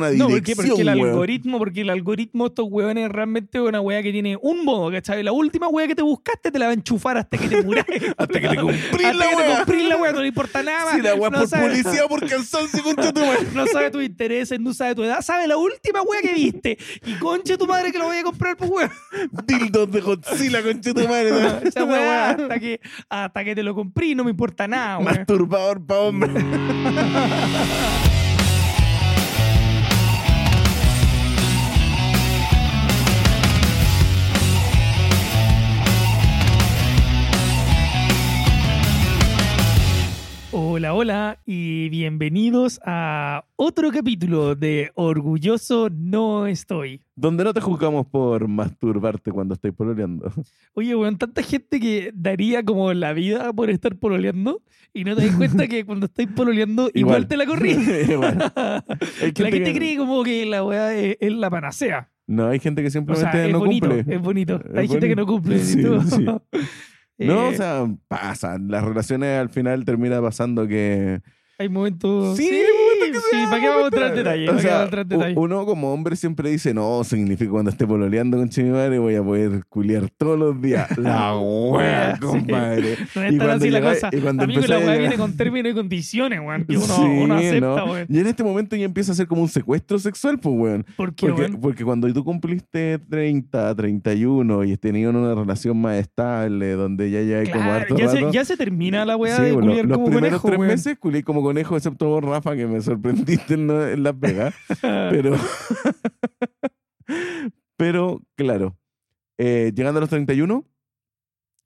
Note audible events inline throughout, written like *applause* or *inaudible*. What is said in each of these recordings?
una No, dirección, ¿por qué? Porque el weón. algoritmo, porque el algoritmo de estos hueones realmente es una hueá que tiene un modo, ¿cachai? La última hueá que te buscaste te la va a enchufar hasta que te muras. *laughs* Hasta que *laughs* te cumplís Hasta la que te weá. comprís la hueá, no le importa nada más. Si la weá no por sabe- policía, por cansancio, concha tu madre. *laughs* No sabe tus intereses, no sabe tu edad, sabe la última hueá que viste. Y conche tu madre que lo voy a comprar, pues hueá. Dildos de Godzilla, concha tu madre. ¿no? Esa *laughs* Esa hueá weá. hasta que, hasta que te lo compré no me importa nada, hueá. Masturbador pa' hombre. Hola, hola y bienvenidos a otro capítulo de Orgulloso No Estoy. Donde no te juzgamos por masturbarte cuando estáis *laughs* pololeando. Oye, weón, tanta gente que daría como la vida por estar pololeando y no te das cuenta que cuando estáis pololeando *laughs* igual, Igual. te la corrí. *laughs* Igual. Hay La gente gente que- cree como que la weá es, es la panacea. No, hay gente que O simplemente sea, es no bonito, cumple. es bonito. Es Hay gente que no bonito. cumple. ¿y Sí, tú? *laughs* sí. No, o Eh, sea, pasan. Las relaciones al final termina pasando que. hay momentos. Sí, hay momentos que se Pues, sí, ¿para qué vamos a entrar en detalle? O ¿Para qué sea, vamos a entrar en detalle? u- uno como hombre siempre dice, no, significa cuando esté pololeando con mi madre voy a poder culiar todos los *laughs* días. La wea, Sí. compadre. No es tan así la llegáis- cosa. y cuando Amigo, la empezáis a weá llegar- viene con términos y condiciones, weón. que Uno, Sí, uno acepta, ¿no? weón. Y en este momento ya empieza a ser como un secuestro sexual, pues, weón. ¿Por qué, Porque, weón? porque cuando tú cumpliste 30, 31 y tenían una relación más estable, donde ya ya como Claro, harto ya, rato- se, ya se termina la weá Sí, de bueno, culiar los como primeros conejo, tres weón. meses culié como conejo, excepto vos, Rafa, que me sorprendiste en, la- en Las Vegas. *laughs* pero, *laughs* pero claro, eh, llegando a los 31,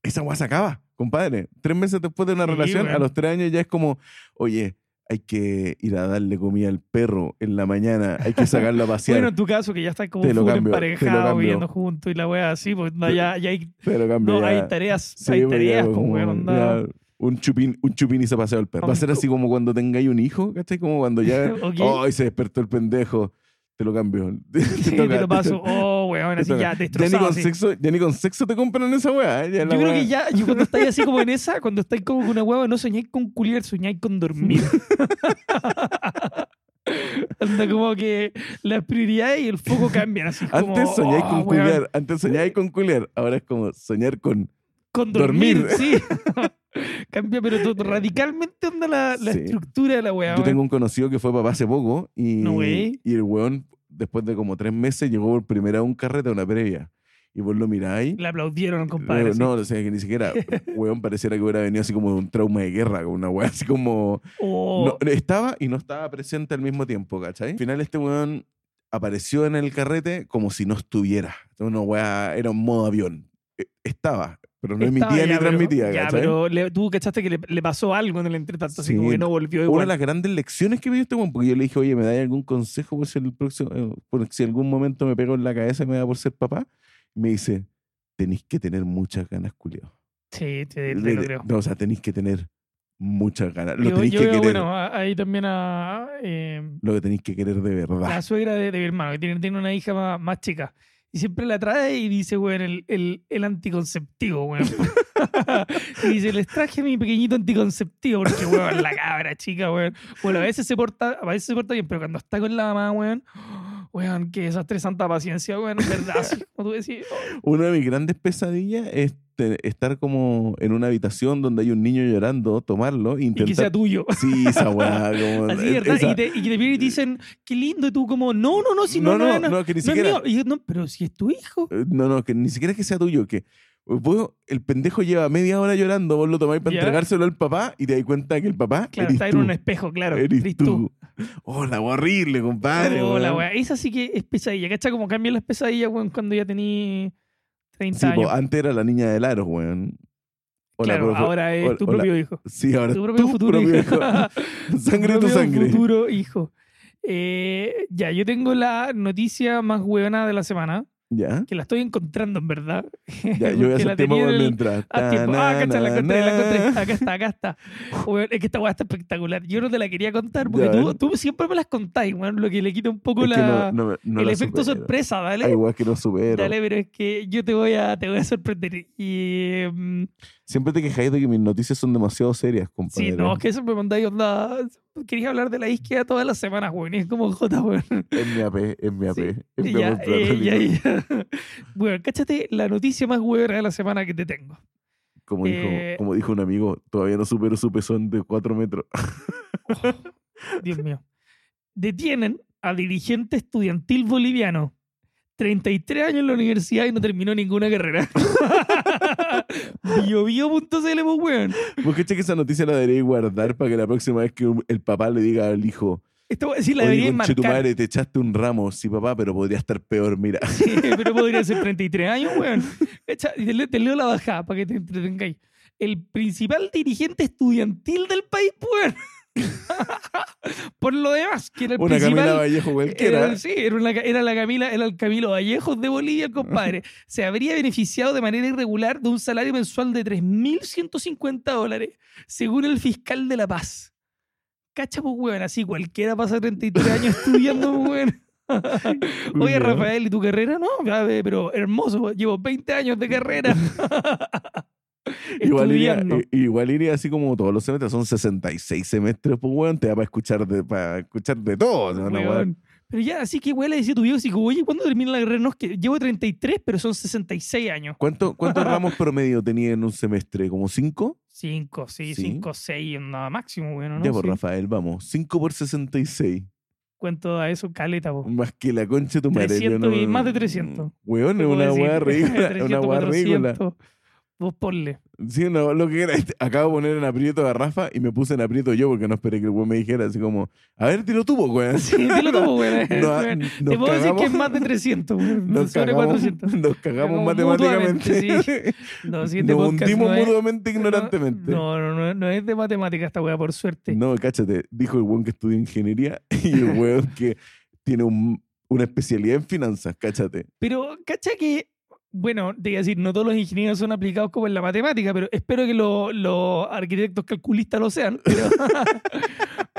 esa weá se acaba, compadre. Tres meses después de una Sí, relación, a weón. los tres años ya es como, oye, hay que ir a darle comida al perro en la mañana, hay que sacarlo a pasear. Bueno, en tu caso, que ya estás como Te lo full cambio, te lo emparejado, cambio. viviendo juntos y la weá así, pues no, ya, ya hay, pero cambio, no, ya. hay tareas, Sí, hay pues, ya tareas, como, pues, weón, ya, onda. Un chupín, un chupín y se ha paseado el perro. Va a ser así como cuando tengáis un hijo, ¿cachai? Como cuando ya. *laughs* Ok. ¡Ay, se despertó el pendejo! Te lo cambio. *laughs* Te Sí, te toca, lo paso, oh, weón, te así toca. ya ni destrozado. con así. sexo, ya ni con sexo te compran esa weá. ¿eh? Ya Yo la creo weá- que ya, yo cuando estáis así como en esa, cuando estáis como con una hueva, no soñáis con culiar, soñáis con *laughs* dormir. Anda como que las prioridades y el foco cambian así. Como, Antes soñáis oh, con weón, culiar, antes soñáis con culiar, ahora es como soñar con. Con dormir, dormir. *laughs* sí. Cambia, pero todo, radicalmente onda la, la Sí. estructura de la hueá. Yo tengo un conocido que fue papá hace poco y, No, wey. y el weón, después de como tres meses, llegó por primera vez a un carrete a una previa. Y vos lo miráis. Le aplaudieron, compadre. no, no, o sea, que ni siquiera, weón, pareciera que hubiera venido así como de un trauma de guerra, como una weá así como. sí. Oh, No, estaba y no estaba presente al mismo tiempo, ¿cachai? Al final este weón apareció en el carrete como si no estuviera. Una weá, era un modo avión. Eh, Estaba, pero no estaba emitía ya, ni pero- transmitía, Ya, ¿cachai? pero le- tú cachaste que le, le pasó algo en el entretanto, así Sí. como que no volvió Una de igual. las grandes lecciones que me dio este weón, porque yo le dije, oye, ¿me dais algún consejo por si, el próximo, eh, por si algún momento me pego en la cabeza y me da por ser papá? Me dice, tenéis que tener muchas ganas, culiao. Sí, te, te Le- lo le- creo. no, o sea, tenéis que tener muchas ganas. Lo Yo- tenéis yo que veo, querer. bueno, a- ahí también a eh, Lo que tenéis que querer de verdad. la suegra de, de mi hermano, que tiene, tiene una hija más, más chica. Y siempre la trae y dice, weón, el, el, el anticonceptivo, *laughs* weón. *laughs* y dice, les traje mi pequeñito anticonceptivo, porque, weón, la cabra chica, weón. Bueno, a veces se porta, a veces se porta bien, pero cuando está con la mamá, weón, weón, que desastre santa paciencia, weón, en verdad, así como tú decís. oh, Una de mis grandes pesadillas es te- estar como en una habitación donde hay un niño llorando, tomarlo e y que sea intentar. tuyo. Sí, esa *laughs* weá. como- Así, ¿verdad? esa- Y, te, y que te vienen y te dicen, qué lindo, y tú como, no, no, no, si no, no, no, no, no, que ni No es siquiera. mío. Y yo, no, pero si es tu hijo. eh, No, no, que ni siquiera que sea tuyo, que. eh, vos- el pendejo lleva media hora llorando, vos lo tomáis para Ya. entregárselo al papá y te das cuenta que el papá Claro, eres está en tú. un espejo, claro. eres eres tú. Oh, la weá horrible, compadre. Oh, la weón. wea. Esa sí que es pesadilla. ¿Cachai? Como cambian las pesadillas, weón, cuando ya tení 30 Sí, po, años. antes era la niña del aro, weón. O la claro, profe- ahora es o- tu o la- propio hijo. Sí, ahora Tu propio *laughs* futuro *laughs* hijo. sangre tu propio sangre. futuro hijo. Eh, ya, yo tengo la noticia más huevona de la semana, Ya, que la estoy encontrando, en verdad. *laughs* ya, *laughs* yo voy a Porque hacer la tema tenía por en el- mientras. Ah, tiempo. Ah, cachai, la encontré, la encontré. Ta-na-na-na. Acá está, acá está. Weón, es que esta weá está espectacular. Yo no te la quería contar porque Ya, a tú, ver. tú siempre me las contáis, weón, lo que le quita un poco Es la, que no, no, me- no el la efecto supero. sorpresa, ¿vale? Hay weas que no supero. Dale, pero es que yo te voy a, te voy a sorprender. Y mm, Siempre te quejáis de que mis noticias son demasiado serias, compadre. Sí, no, es que eso me mandáis onda. Quería hablar de la izquierda todas las semanas, güey. Y es como J, güey. Es mi AP, es mi AP. Sí, *laughs* es mi Ya, amor eh, platónico. ya, *laughs* ya. Bueno, cáchate la noticia más huevera de la semana que te tengo. Como, dijo, eh, como dijo un amigo, todavía no supero su pezón de 4 metros. *laughs* Dios mío. Detienen a dirigente estudiantil boliviano. 33 años en la universidad y no terminó ninguna *laughs* carrera. *laughs* Biobio.cl, pues, weón. Vos cachai que esa noticia la debería guardar para que la próxima vez que un- el papá le diga al hijo, Esta weá sí la oye, debería conche tu marcar. madre, te echaste un ramo. Sí, papá, pero podría estar peor, mira. Sí, *laughs* pero podría ser 33 años, weón. Echa- y Te, le- te leo la bajada para que te entretengáis. El principal dirigente estudiantil del país, weón. *laughs* Por lo demás, que era el Una principal... Camila Vallejo cualquiera. Era, sí, era, una- era la Camila, era el Camilo Vallejos de Bolivia, *laughs* el compadre. Se habría beneficiado de manera irregular de un salario mensual de 3.150 dólares, según el fiscal de La Paz. Cacha, pues, weón, así cualquiera pasa 33 años *laughs* estudiando, pues, weón. Oye, Culeado. Rafael, ¿y tu carrera? No, ya, eh, pero hermoso, pues, llevo 20 años de carrera. *laughs* Igual eh, iría, Estudiando. i- igual iría así como todos los semestres, son 66 semestres, pues weón, te da para escuchar de, para escuchar de todo. ¿no? Una weá. Weón. Pero ya, así que huele a decir tu viejo, así como, oye, ¿cuándo termina la carrera? No, es que llevo 33, pero son 66 años. ¿Cuánto- *laughs* ¿Cuántos ramos promedio tenía en un semestre? ¿Como 5? Cinco, sí, Sí. cinco, seis, nada máximo, bueno, ¿no? ya, pues, por Sí. Rafael, vamos. 5 por 66. Cuento a eso, caleta, po. Más que la concha de tu madre. 300 y más de 300. Weón, Te es puedo una decir, *laughs* weá ridícula. 300, Una weá ridícula. 400. Vos *laughs* ponle. Sí, no, lo que era. este, Acabo de poner en aprieto a Rafa y me puse en aprieto yo porque no esperé que el weón me dijera así como, a ver, tiro tú, po, *laughs* weón. Sí, dilo tú, po, weón. No, ah, Weón, nos Te puedo decir cagamos. que es más de 300, weón. Nos sobre cagamos, *laughs* 400. nos cagamos Cagamos matemáticamente. mutuamente, *laughs* No, si este nos podcast hundimos no es- mutuamente ignorantemente. No, No, no, no, no es de matemática esta weá, por suerte. cáchate, dijo el weón que estudió ingeniería *laughs* y el weón que tiene un- una especialidad en finanzas, cáchate. Pero, cacha que, bueno, te iba a decir, no todos los ingenieros son aplicados como en la matemática, pero espero que lo- los arquitectos calculistas lo sean. Pero, *laughs*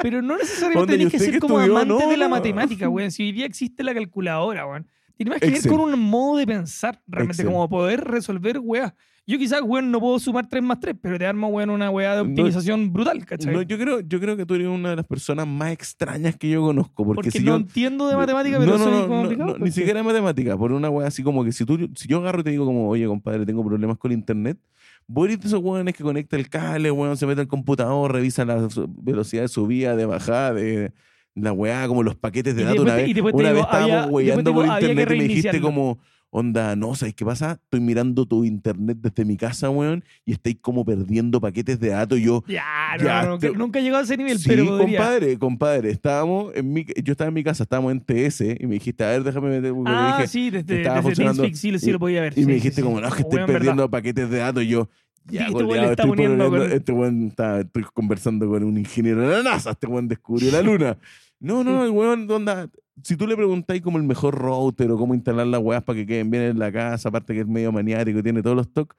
pero no necesariamente Onda, tenés yo que sé ser que como estudió, amante no, de la no. matemática, weón. Si hoy día existe la calculadora, weón. Tiene más que Excel. ver con un modo de pensar, realmente, Excel. como poder resolver weas. Yo quizás, weón, no puedo sumar 3 más 3, pero te arma, weón, una wea de No- optimización brutal, ¿cachai? No, yo creo, yo creo que tú eres una de las personas más extrañas que yo conozco. Porque, porque si no yo. entiendo de matemática, pero soy como aplicado, ni pues, sí. siquiera matemática, por una weá así como que si tú si yo agarro y te digo como, oye compadre, tengo problemas con internet, vos eres de esos weones que conecta el cable, weón, se mete al computador, revisa la su- velocidad de subida, de bajada, de la weá, como los paquetes de Y datos. después una te- vez, y después te una digo, vez estábamos había- weyando después te digo, por había que internet y me dijiste reiniciarlo. como, onda, no, ¿sabes qué pasa? Estoy mirando tu internet desde mi casa, weón, y estáis como perdiendo paquetes de datos, y yo... Ya, Ya, no, no, te- nunca- nunca he llegado a ese nivel, Sí, pero podría. compadre, compadre, estábamos en mi, yo estaba en mi casa, estábamos en TS y me dijiste, a ver, déjame meter, porque le Ah, dije, sí, desde, estaba desde funcionando. Teamspeak sí, lo- sí lo podía ver. Y me sí, dijiste sí, como, sí. no, es que Como, estoy weón, perdiendo verdad. paquetes de datos. Y yo, ya, Dijiste, goleado, weón, le está estoy poniendo poniendo- con- este weón está, estoy conversando con un ingeniero de la NASA, este weón descubrió la luna. No, no, el weón, onda, si tú le preguntáis como el mejor router o cómo instalar las weas para que queden bien en la casa, aparte que es medio maniático y tiene todos los toques,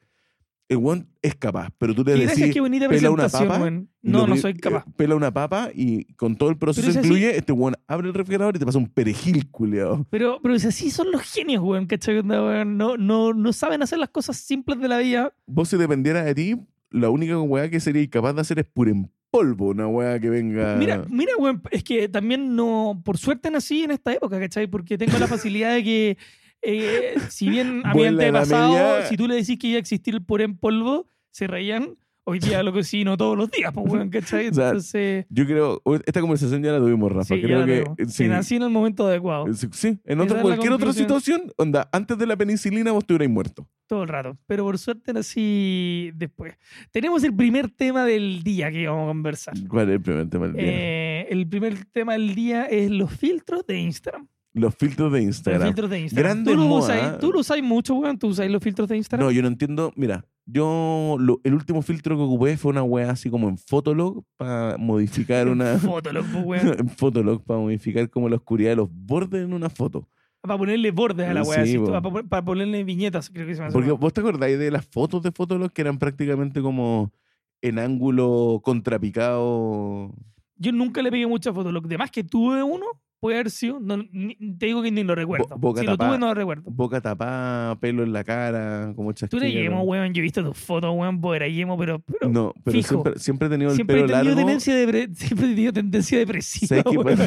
el weón es capaz, pero tú le Y gracias, decís... qué bonita pela una presentación, papa, weón. lo No, no pri- soy capaz. eh, Pela una papa y con todo el proceso es así. incluye, este weón abre el refrigerador y te pasa un perejil, culeado. Pero, pero es así son los genios, weón, ¿cachai? Onda, weón, No, no, no saben hacer las cosas simples de la vida. Vos si dependiera de ti, la única weá que sería capaz de hacer es pura en polvo, una weá que venga... Mira, mira, weón, es que también no, por suerte nací en esta época, ¿cachai? Porque tengo la facilidad de que, eh, si bien a mi Vuela la antepasado, media. si tú le decís que iba a existir el puré en polvo, se reían. Hoy día lo cocino todos los días, pues, weón, *laughs* ¿cachai? O sea, Entonces... Yo creo, esta conversación ya la tuvimos, Rafa. Sí, ya creo la que... tengo. eh, Que nací en el momento adecuado, Eh, sí, sí, en Esa otra, es la cualquier otra conclusión. situación, onda, antes de la penicilina vos estuvierais muerto. todo el rato. Pero por suerte nací después. Tenemos el primer tema del día que vamos a conversar. ¿Cuál es el primer tema del día? Eh, el primer tema del día es los filtros de Instagram. Los filtros de Los Instagram. filtros de Instagram. Grande ¿Tú, lo moda, ¿eh? usas, ¿Tú lo usas mucho, weón? ¿Tú usas los filtros de Instagram? No, yo no entiendo. Mira, yo lo- el último filtro que ocupé fue una weá así como en Fotolog para modificar *laughs* una. Foto, loco, weón. en Fotolog para modificar como la oscuridad de los bordes en una foto. Para ponerle bordes a la weá, Sí, así, po. para, po- para ponerle viñetas, creo que se me hace. Porque vos te acordáis de las fotos de Fotolog que eran prácticamente como en ángulo contrapicado. Yo nunca le pegué mucha foto. Lo demás que tuve uno, Puede haber sido, no, ni- te digo que ni lo recuerdo. boca si lo tapada. tuve, no lo recuerdo. Boca tapada, pelo en la cara, como Tú chasquilla. eres yemo, ¿no? weón. Yo he visto tus fotos, weón. Vos eras yemo, pero. pero No, pero fijo. siempre, siempre he tenido el siempre, he pelo tenido largo. *laughs* tendencia depre- siempre he tenido tendencia depresiva. ¿Sabes qué? weón.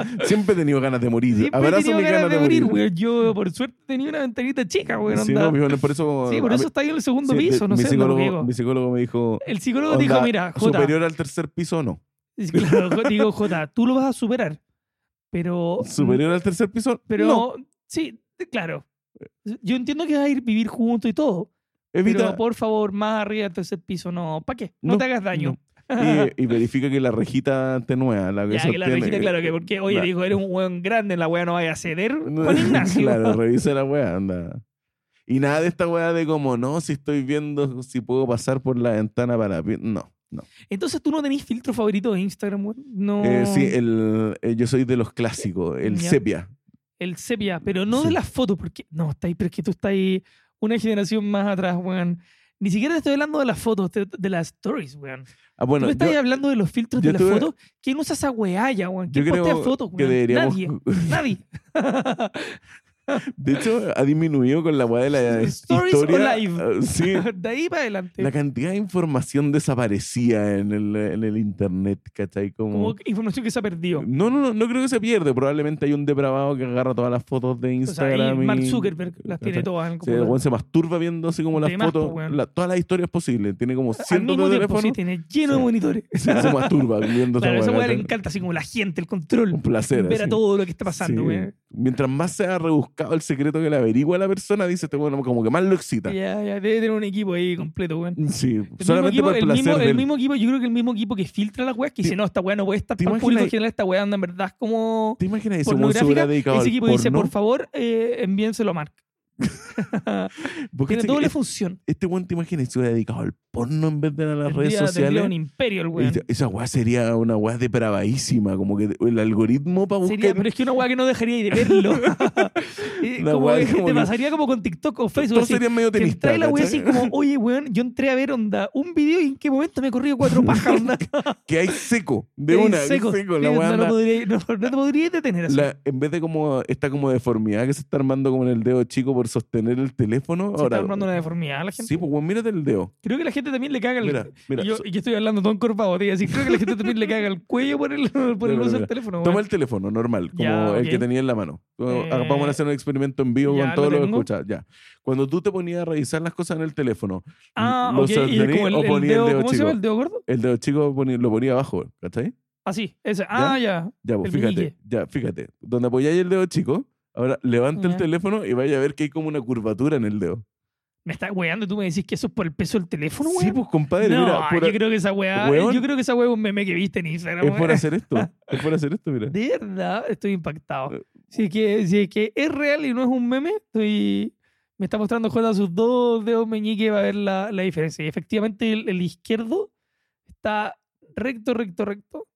*laughs* siempre he tenido ganas de morir. Siempre he Abrazo tenido mi ganas de morir, güey. weón. Yo, por suerte, tenía una ventanita chica, weón. Sí, onda. no, mi bueno, por eso. Sí, por a eso mí- está ahí en el segundo sí, piso, de- no mi sé lo que psicólogo, digo. mi psicólogo me dijo. El psicólogo onda, dijo, mira, Jota, superior al tercer piso, no. *laughs* dice, claro, Jota, digo, Jota, tú lo vas a superar, pero... Superior al tercer piso, Mm. Pero, no. sí, claro. Yo entiendo que vas a ir vivir juntos y todo, Evita. pero por favor, más arriba del tercer piso, no, ¿para qué? No, No, te hagas daño. *laughs* Y, y verifica que la rejita tenúa. La que ya, que la sostiene- rejita, *laughs* claro que porque, oye, Nah. digo, eres un weón grande, la weá no vaya a ceder No, *laughs* con Ignacio. Claro, revisa la weá, anda. Y nada de esta weá de como, no, si estoy viendo si puedo pasar por la ventana para... pi-". No, no. Entonces, ¿tú no tenés filtro favorito de Instagram, weón? No. Eh, sí, el, eh, yo soy de los clásicos, el Oh. Ya. sepia. El sepia, pero no de Sí. las fotos, porque. No, está ahí, pero es que tú estás ahí una generación más atrás, weón. Ni siquiera te estoy hablando de las fotos, te- de, las stories, weón. Ah, bueno, tú me estás yo, hablando de los filtros yo de las tuve- fotos. ¿Quién usa esa weá ya, weón? yo ¿Quién postea creo fotos, que weón? deberíamos... *laughs* Nadie. Nadie. De hecho, ha disminuido con la weá de la *laughs* Stories o historia. live. ah, *laughs* sí. de ahí para adelante. La cantidad de información desaparecía en el, en el internet, ¿cachai? Como información que se ha perdido. No, no, no, no creo que se pierde. Probablemente hay un depravado que agarra todas las fotos de O sea, ahí Instagram. y- Mark Zuckerberg las tiene ¿Cachai? todas en el Sí, el computador. weón se masturba viendo así como las De más, fotos, po, weón. la- todas las historias posibles. Tiene como Al cientos mismo de tiempo, teléfonos. sí, tiene lleno de Sí. *laughs* monitores. se, se *laughs* masturba viendo Claro, esa esa weá, weá le ¿cachai? encanta, así como la gente, el control. Un placer. ver a así. todo lo que está pasando, Sí. weón. Mientras más se ha rebuscado el secreto que le averigua la persona, dice este bueno, como que más lo excita. Ya, ya, debe tener un equipo ahí completo, weón. Sí, El solamente mismo equipo, por el el, placer mismo, el del- mismo equipo, yo creo que el mismo equipo que filtra las weas, que dice, no, esta wea no puede estar te para el público en imaginas- general, esta wea anda en verdad es como ¿Te imaginas ese weón se pornográfica. hubiera dedicado Ese al equipo dice, porno? por favor, eh, envíenselo a Mark. Porque Tiene este- doble este- función. Este weón, ¿te imaginas se hubiera dedicado al porno en vez de a las redes Tendría- tendría un sociales? imperio el weón. Esa- Esa weá sería una weá depravadísima, como que el algoritmo para buscar Sería- pero es que una weá que no *laughs* dejaría de verlo. Eh, Una como weá que como te que- pasaría como con TikTok o Facebook. Todos así, serían medio que tenistas. entra y la weá ¿cachai? así como, oye weón, yo entré a ver onda un video y en qué momento me he corrido cuatro pajas, onda. que hay seco *laughs* de Eres una seco, la Sí, weá no, lo anda- podría, no, no te podría detener así. la- en vez de como esta como deformidad que se está armando como en el dedo chico por sostener el teléfono Se ahora está armando una deformidad a la gente. sí pues weón, mírate el dedo Creo que la gente también le caga el... mira mira y yo, so- y yo estoy hablando todo encorvado, te iba a decir, creo que la gente también le caga el cuello por el, por el Mira, uso mira. del teléfono. toma weón. el teléfono normal como Ya, el que ok. tenía en la mano Como, ah, Eh, vamos a hacer un experimento en vivo ya, con lo todos los tengo. escuchas ya cuando tú te ponías a revisar las cosas en el teléfono Ah, lo ok. Y es sostenés como el, o el poní el dedo, dedo ¿cómo se llama chico. el dedo gordo? el dedo chico poni- lo ponía abajo ¿cachai? Así, ese. Ah, ya. ya pues, El fíjate meñique. ya fíjate donde apoyáis el dedo chico ahora levanta el Ya. teléfono y vaya a ver que hay como una curvatura en el dedo Me estás weando y tú me decís que eso es por el peso del teléfono, sí weón. pues compadre no, mira por, yo creo que esa weá, Weón. yo creo que esa weá es un meme que viste en Instagram. Es por weón. hacer esto. Es por hacer esto, mira. *laughs* De verdad, estoy Eh, impactado. Si es, que, si es que es real y no es un meme, estoy... Me está mostrando Jota sus dos dedos meñique va a ver la, la diferencia. Y efectivamente el, el izquierdo está recto, recto, recto.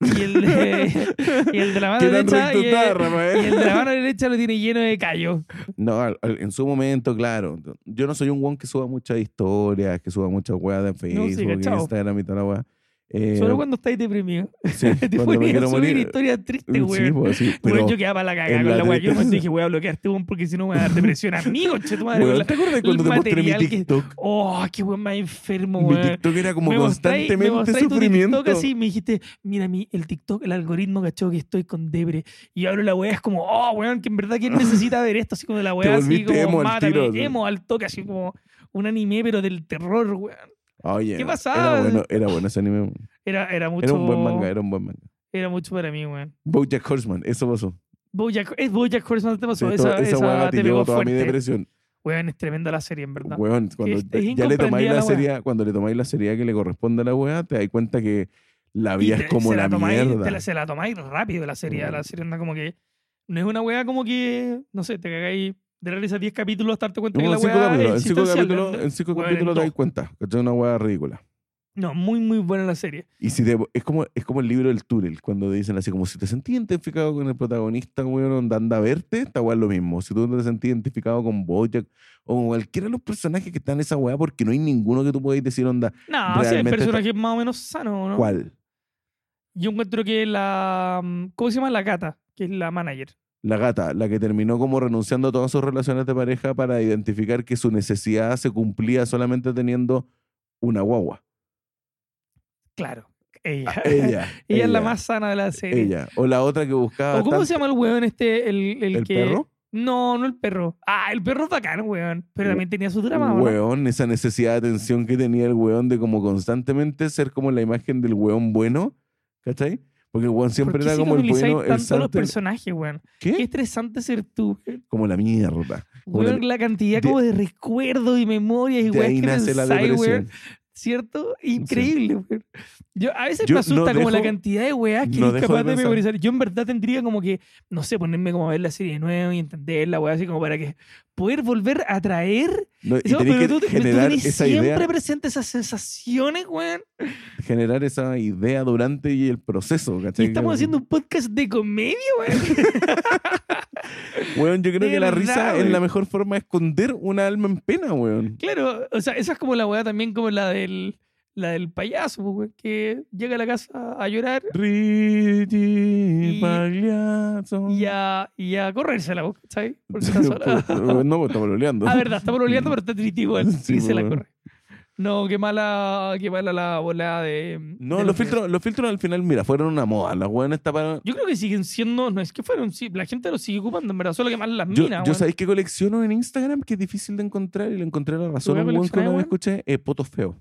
Y *laughs* el de, y el de la mano ¿Qué tan derecha... recto Y está, el, y Rafael? el de la mano derecha lo tiene lleno de callos. *laughs* No, al- al- en su momento, claro. Yo no soy un guan que suba muchas historias, que suba muchas weas en Facebook, en cachao. Instagram y toda la wea. Eh, Solo cuando estáis deprimido. sí, *laughs* Te *laughs* cuando me ponías a quiero subir morir. historias tristes, Sí, weón. pues, sí, Weón, pero, yo quedaba para la cagada en con la la weá. Yo me tristeza. *laughs* dije, voy a bloquear a este weón porque si no me va a dar depresión a mí, conche tu madre. weón, La- ¿te acuerdas cuando te mostré mi material que- TikTok? Oh, qué weón más enfermo, Mi weón. TikTok era como me mostráis- me constantemente mostráis tu sufrimiento. TikTok así, me dijiste, mira, mi, el TikTok, el algoritmo cachó que estoy con Debre. Y ahora la weá es como, oh, weón, que en verdad *laughs* quién necesita ver esto, así como de la weá, así volviste como, emo al mátame, tiro, sí. emo al toque, así como un anime, pero del terror, weón. Oye, ¿Qué no, pasaba? Era bueno, era bueno ese anime. Era, era mucho. Era un buen manga, era un buen manga. era mucho para mí, weón. Bojack Horseman, eso pasó. Bojack, es Bojack Horseman, te pasó. Esto- esa esa wea esa te pegó gatilló toda mi fuerte. depresión. Weón, es tremenda la serie, en verdad. Weón, cuando es- ya- es ya le tomáis incomprendida la, la weá. seriedad, cuando le tomáis la seriedad que le corresponde a la weá, te dais cuenta que la Y vida te- es como se la, tomáis- mierda. te la- se la tomáis rápido la serie. La Mm. serie anda como que. No es una weá como que. No sé, te cagáis de realizar 10 capítulos hasta darte cuenta que Bueno, en la cinco weá. capítulos, en es cinco existencial, capítulos, ¿no? en cinco Weón, en capítulos te dos. dais cuenta, ¿cachai? Una weá ridícula. No, muy, muy buena la serie. Y si te- es, como, es como el libro del túnel, cuando dicen así, como si te sentís identificado con el protagonista, weón, onda, anda a verte, esta weá es lo mismo. Si tú te sentís identificado con Bojack o con cualquiera de los personajes que están en esa weá, porque no hay ninguno que tú podáis decir, onda, No, sí, el Realmente personaje es más o menos sano, ¿no? ¿cuál? Yo encuentro que la. mm, ¿Cómo se llama? La gata. Que que es la manager. La gata, la que terminó como renunciando a todas sus relaciones de pareja para identificar que su necesidad se cumplía solamente teniendo una *laughs* guagua. Claro. Ella. Ah, Ella. ella, es la más sana de la serie. Ella. O la otra que buscaba. ¿O cómo tan- se llama el weón este? El, el ¿El que- perro? No, no el perro. Ah, el perro es bacán, weón. Pero Hue- también tenía su drama, ¿o ¿no? Weón, esa necesidad de atención que tenía el weón de como constantemente ser como la imagen del weón bueno, ¿cachai? Porque el weón ¿Por siempre qué era como el ¿Eh? psicoanalizáis bueno, el tanto a los santo, el- personajes, weón? ¿Qué? Qué estresante ser tú. Como la mierda. Como la- Weón, la cantidad de- como de recuerdos y memorias De y weón ahí que nace la pensáis, weón. depresión. ¿Cierto? Increíble, weón. Yo, a veces Yo me no asusta como la dejo- cantidad de weas que no eres dejo capaz de de pensar. memorizar. Yo en verdad tendría como que, no sé, ponerme como a ver la serie de nuevo y entenderla, weón, así como para que poder volver a traer. No, y Eso, tenés pero tú, que pero tú generar tenés esa siempre idea, presente esas sensaciones, weón. generar esa idea durante y el proceso, Y ¿cachai? estamos Como- haciendo un podcast de comedia, weón. Weón, yo creo De que la verdad, risa es weón. la mejor forma de esconder una alma en pena, weón. Claro, o sea, esa es como la weá también como la del, la del payaso, pues, weón, que llega a la casa a llorar Ricky Y- Pagliazzo. y a, y a correrse la boca, ¿sabes? Porque *laughs* está sola. no, pues, estamos oleando. ah, verdad, está pololeando, pero está triste igual. *laughs* Sí, y se la weón. corre. No, qué mala, qué mala la bola de. No, de los filtros, los filtros al final, mira, fueron una moda. Las weones taparon. Yo creo que siguen siendo, no es que fueron, sí, la gente los sigue ocupando, en verdad, solo que más las Yo, minas, yo weón. sabéis que colecciono en Instagram que es difícil de encontrar y le encontré la razón ¿Tú a un weón que coleccionas, no me weón? escuché, eh, potos feos.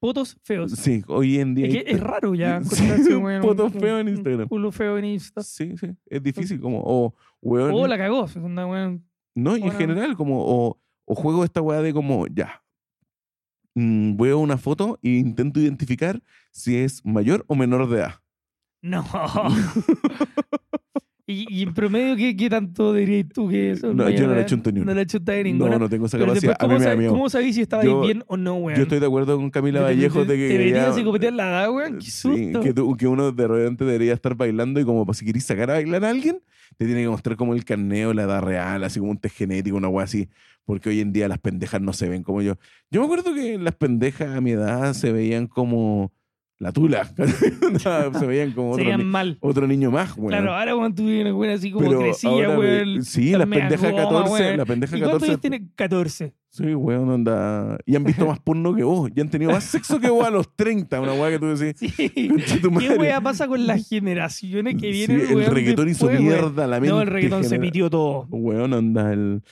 Fotos feos. Sí, hoy en día. Es hay que es raro ya. Sí, *laughs* encontrarse, weón, fotos un- feas en un Instagram. Culo feo en Insta. Sí, sí, es difícil como, o weón, Oh, la cagó. fue una weón. no, y en Bueno. general como, o, o juego esta weá de como, ya, mm, veo una foto e intento identificar si es mayor o menor de edad. *laughs* No. y, y en promedio, ¿qué, qué tanto dirías tú que eso? No, yo no le he chunto ni No una. le chuntáis ninguna. No, no tengo esa Pero capacidad. después, A mí ¿cómo, me da sabes, miedo. ¿cómo sabís si estabais Yo- bien o no, weón? Yo estoy de acuerdo con Camila Vallejo de que Deberías ya- psicopatear la edad, weón. Qué susto. Sí, que, tú- que uno de repente debería estar bailando y como pa- si querés sacar a bailar a alguien, te tiene que mostrar como el carneo, la edad real, así como un test genético, una weá así, porque hoy en día las pendejas no se ven como yo. Yo me acuerdo que las pendejas a mi edad se veían como la tula, *laughs* se veían como otro, Serían ni- mal. otro niño más, weón. Claro, ahora, weón, tú vienes, weón, así como Pero crecía, ahora ve- weón. sí, las media pendejas goma, 14, weón. la pendeja ¿Y cuántos 14. años tiene? *laughs* 14. Sí, weón, onda. Y han *laughs* visto más porno que vos, y han tenido más sexo que vos a los 30, una weá que tú decís. Sí. "Concha tu ¿Qué madre". weá pasa con las generaciones que Sí, vienen, weón? el reggaetón hizo después, weón? mierda la mente. No, el reggaetón se genera- pitió todo. Weón, anda el...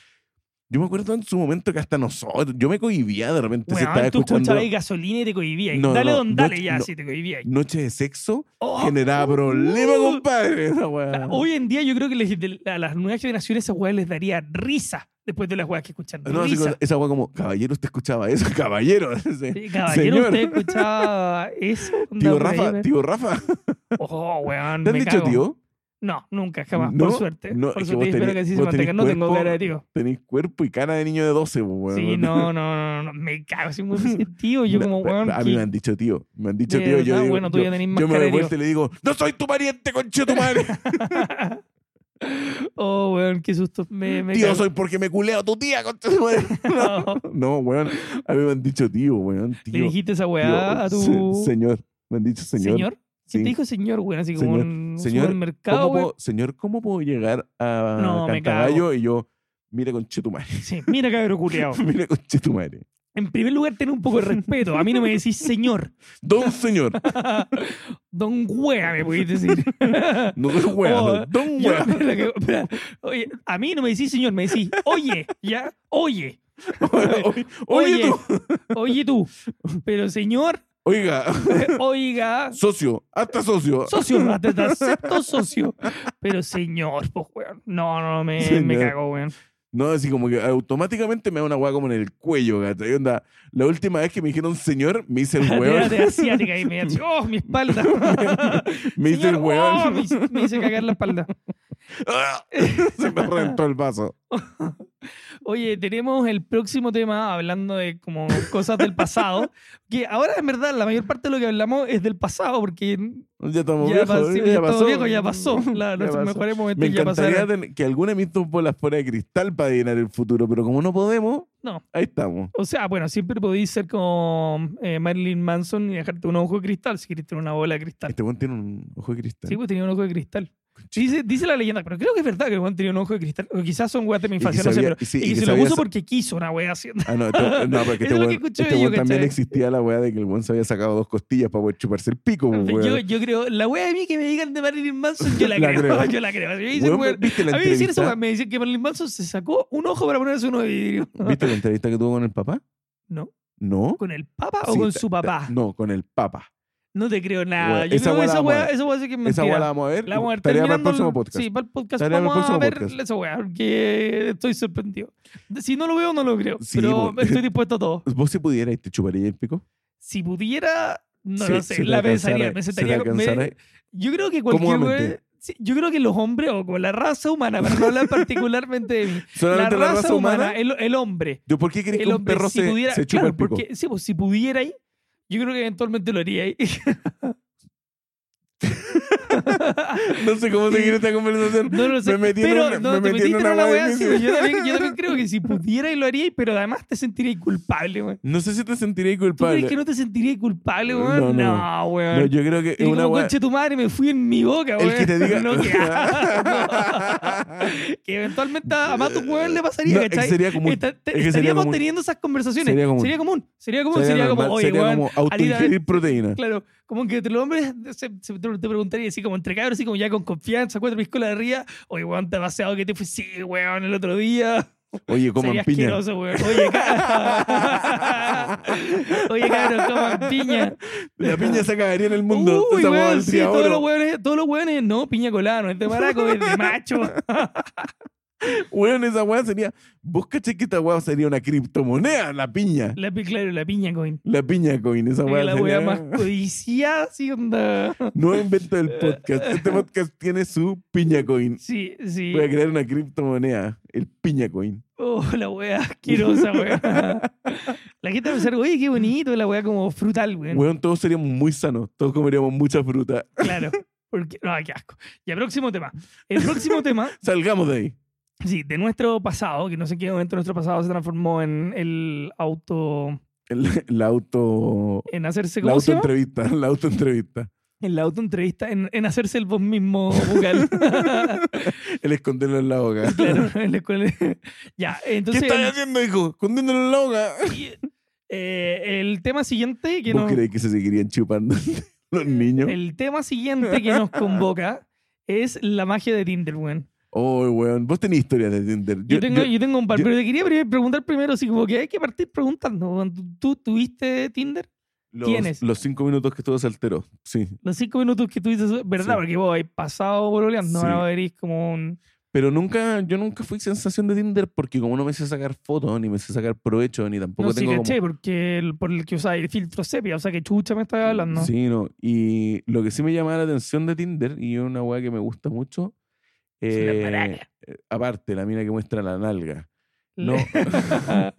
Yo me acuerdo en su momento que hasta nosotros... Yo me cohibía de repente si Weón, estaba tú escuchando escuchabas gasolina y te cohibías. No, dale no, don, no, dale ya, no. si te cohibías. Noche de Sexo. Oh, generaba uh, problemas, uh. compadre. Esa weá. Hoy en día yo creo que les- de- a las nuevas generaciones esas weas les daría risa después de las weas que escuchan. No, así risa. como- esa weá como, caballero, usted escuchaba eso, *laughs* caballero. Sí. Sí, Caballero, Señor. usted escuchaba eso. *laughs* Onda, Tío por ahí, Rafa, weón. tío Rafa. Oh, weón. ¿Te han me dicho cago. tío? No, nunca, jamás. No, por suerte. no, por es que vos suerte, espero tenés- que así se vos tenés mantenga. No tengo cuerpo- cara de tío. Tenéis cuerpo y cara de niño de 12, weón. Sí, no, no, no, no, Me cago, soy muy *laughs* tío. Yo, Me- como, me- weón. A mí ¿qué- me han dicho tío. Me han dicho De tío. Yo verdad, digo, bueno, tú yo, ya tenés más yo me cara de doy tío. vuelta y le digo, no soy tu pariente, conche tu madre. Oh, weón, qué susto. Me, me Tío, cago. *laughs* soy porque me culeo a tu tía, concha tu madre. No. No, weón. A mí me han dicho tío, weón. Tío, Le dijiste esa tío, weá a tu. se- señor. Me han dicho señor. ¿Señor? ¿Quién te Sí. dijo señor, weón? Así como Señor. un Señor, supermercado, ¿Cómo weón. puedo, señor, ¿cómo puedo llegar a No, me cago. Cantagallo? Y yo, mira, conche tu madre. *laughs* Sí, mira cabrón culiao. Mira, conche tu madre. En primer lugar, ten un poco de respeto. A mí no me decís señor. Don señor. Don wea, me podéis decir. *laughs* No *laughs* soy weá. Oh, no, don Yo- weá. espera que- espera. Oye, a mí no me decís señor, me decís oye, ya, oye, *laughs* Oye, oye, tú. *laughs* oye tú. Pero señor, *laughs* Oiga, *laughs* oiga, socio, hasta socio. socio, hasta te acepto socio. Pero señor, pues weón. No, no, me, me Señor. cagó, weón. No, así como que automáticamente me da una weá como en el cuello, gata. Y onda, la última vez que me dijeron señor, me *laughs* hice el Era weón. de asiática y me decía, oh, mi espalda. *laughs* Me hice el Señor, weón. oh, me, hice- me hice cagar la espalda. ¡Ah! *laughs* Se me reventó el vaso. Oye, tenemos el próximo tema hablando de como cosas del pasado. que ahora, en verdad, la mayor parte de lo que hablamos es del pasado, porque Ya estamos ya, viejos. pas- eh, ya ya todo pasó. viejo, *laughs* ya pasó. La- Ya Los pasó. mejores Me momentos ya encantaría pasaron. ten- que alguna de mis dos bolas fuera de cristal para adivinar el futuro, pero como no podemos, No. ahí estamos. O sea, bueno, siempre podéis ser como eh, Marilyn Manson y dejarte un ojo de cristal si querés tener una bola de cristal. Este weón tiene un ojo de cristal. Sí, pues tenía un ojo de cristal. Dice, dice la leyenda, pero creo que es verdad que el weón tenía un ojo de cristal. O quizás son weas de mi que infancia, no sé, sabía- pero. y sí, y y que que se lo sabía puso sa- porque quiso una *laughs* wea así. Ah, no, este- *laughs* no, porque Eso es este lo que weón escuché este yo, weón también ¿cachai? existía la weá de que el weón se había sacado dos costillas para poder chuparse el pico, pues, weón. Yo, yo creo, la wea de mí que me digan de Marilyn Manson, yo *laughs* la, La creo, creo. *laughs* Yo la creo. Si me dicen, Weón, weón, ¿Viste la a mí me dicen eso, entrevista? weón, me dicen que Marilyn Manson se sacó un ojo para ponerse uno de vidrio. *laughs* ¿Viste la entrevista que tuvo con el papá? *laughs* ¿No? No. ¿Con el papa o Sí, con ta- su ta- papá? No, con el papá. No te creo nada. Weón, yo esa creo que weá la vamos esa a wea, ver. esa wea sí que es Esa mentira. weá la vamos a ver. La vamos a ver Tarea para el terminando próximo podcast. Sí, para el podcast Tarea para el vamos a próximo ver podcast. esa weá, porque estoy sorprendido. Si no lo veo, no lo creo, Sí, pero pues. estoy dispuesto a todo. ¿Vos si pudieras te chuparías el pico? Si pudiera, no Sí, lo sé, si te la alcanzara- pensaría, me si te sentaría... me- alcanzara- yo creo que cualquier Cómodamente. wea- sí, yo creo que los hombres, o con la raza humana, para no hablar *laughs* particularmente de mí, la Solamente raza, humana, el, el hombre, ¿Yo por qué crees el que un hombre, perro si se, pudiera, se chupa claro, el pico? porque sí, pues, si pudiera ahí, yo creo que eventualmente lo haría ahí. *laughs* No sé cómo seguir esta conversación. *laughs* No lo sé. Me metí en pero, una- no, me te metí en metiste en una una weá weá así. difícil. Yo también, *laughs* yo también creo que si pudiera y lo haría, pero además te sentiría culpable, weón. No sé si te sentirías ¿Tú crees culpable. que no te sentiría culpable, No, weón? no. No, No, weón. yo creo que Y es una como weá- conche tu madre me fui en mi boca, weón. El que te diga. *laughs* *laughs* No, que, asco. *laughs* que eventualmente a más tu weón le pasaría, No, es que ¿cachai? sería común. Esta- te- Es que sería estaríamos común. teniendo esas conversaciones. Sería Sería común. común. Sería común. Sería como, Sería normal, como oye, sería weón. como autoingerir proteína. Claro, como que entre los hombres se- se- te te preguntaría así como entre cabros, así como ya con confianza, cuatro piscolas de ría, oye, weón, te ha pasado que te fui, sí, weón, el otro día. Oye, Sería coman piña. asqueroso, weón. Oye, ca- *laughs* oye, cabros, coman piña. La piña se acabaría en el mundo. Uy, Esa weá weón, del sí, triaolo. todos los weones, todos los weones, no, piña colada, no es de maraco, es *laughs* de macho. Weón, esa weá sería. Vos caché que esta weá sería una criptomoneda, la piña. La, pi- claro, la piña coin. La piña coin, esa Es weá la sería. weá más codiciada, sí, onda. No invento el podcast. *laughs* Este podcast tiene su piña coin. Sí, sí. Voy a crear una criptomoneda, el piña coin. Oh, la weá *laughs* asquerosa, weá. La gente va a pensar, oye, qué bonito, la weá como frutal, weón. Weón, todos seríamos muy sanos. Todos comeríamos mucha fruta. Claro. Porque, no, qué asco. Ya, próximo tema. El próximo tema, Salgamos de ahí. sí, de nuestro pasado, que no sé en qué momento nuestro pasado se transformó en el auto. El- la auto. en hacerse La como. ¿Este se llama? autoentrevista. La autoentrevista. En la autoentrevista, en, en hacerse el vos mismo *laughs* vocal. El esconderlo en la boca. claro, en la escuela. Ya, ¿Qué entonces. estás haciendo, hijo? Escondiéndolo en la boca. eh, el tema siguiente que ¿Vos nos. creéis que se seguirían chupando *laughs* los niños? El tema siguiente que *laughs* nos convoca es la magia de Tinder, weón. Oh, weón. Vos tenés historias de Tinder. Yo, tengo, yo, tengo un par, yo- pero te quería pri- preguntar primero, así como que hay que partir preguntando. weón. ¿Tú, tú tuviste Tinder? los, ¿tienes? los cinco minutos que estuvo saltero. Sí. Los cinco minutos que tuviste, ¿verdad? Sí. Porque vos habéis pasado bololeando, Sí. ahora eres como un... Pero nunca, yo nunca fui sensación de Tinder porque como no me sé sacar fotos, ni me sé sacar provecho, ni tampoco No sé, tengo como- caché, porque el- por el que usáis el filtro sepia, o sea, que chucha me estás hablando. Sí, no. Y lo que sí me llamaba la atención de Tinder, y es una weá que me gusta mucho, Es una eh, maraca. aparte, la mina que muestra la *laughs* nalga. No. *laughs* Le-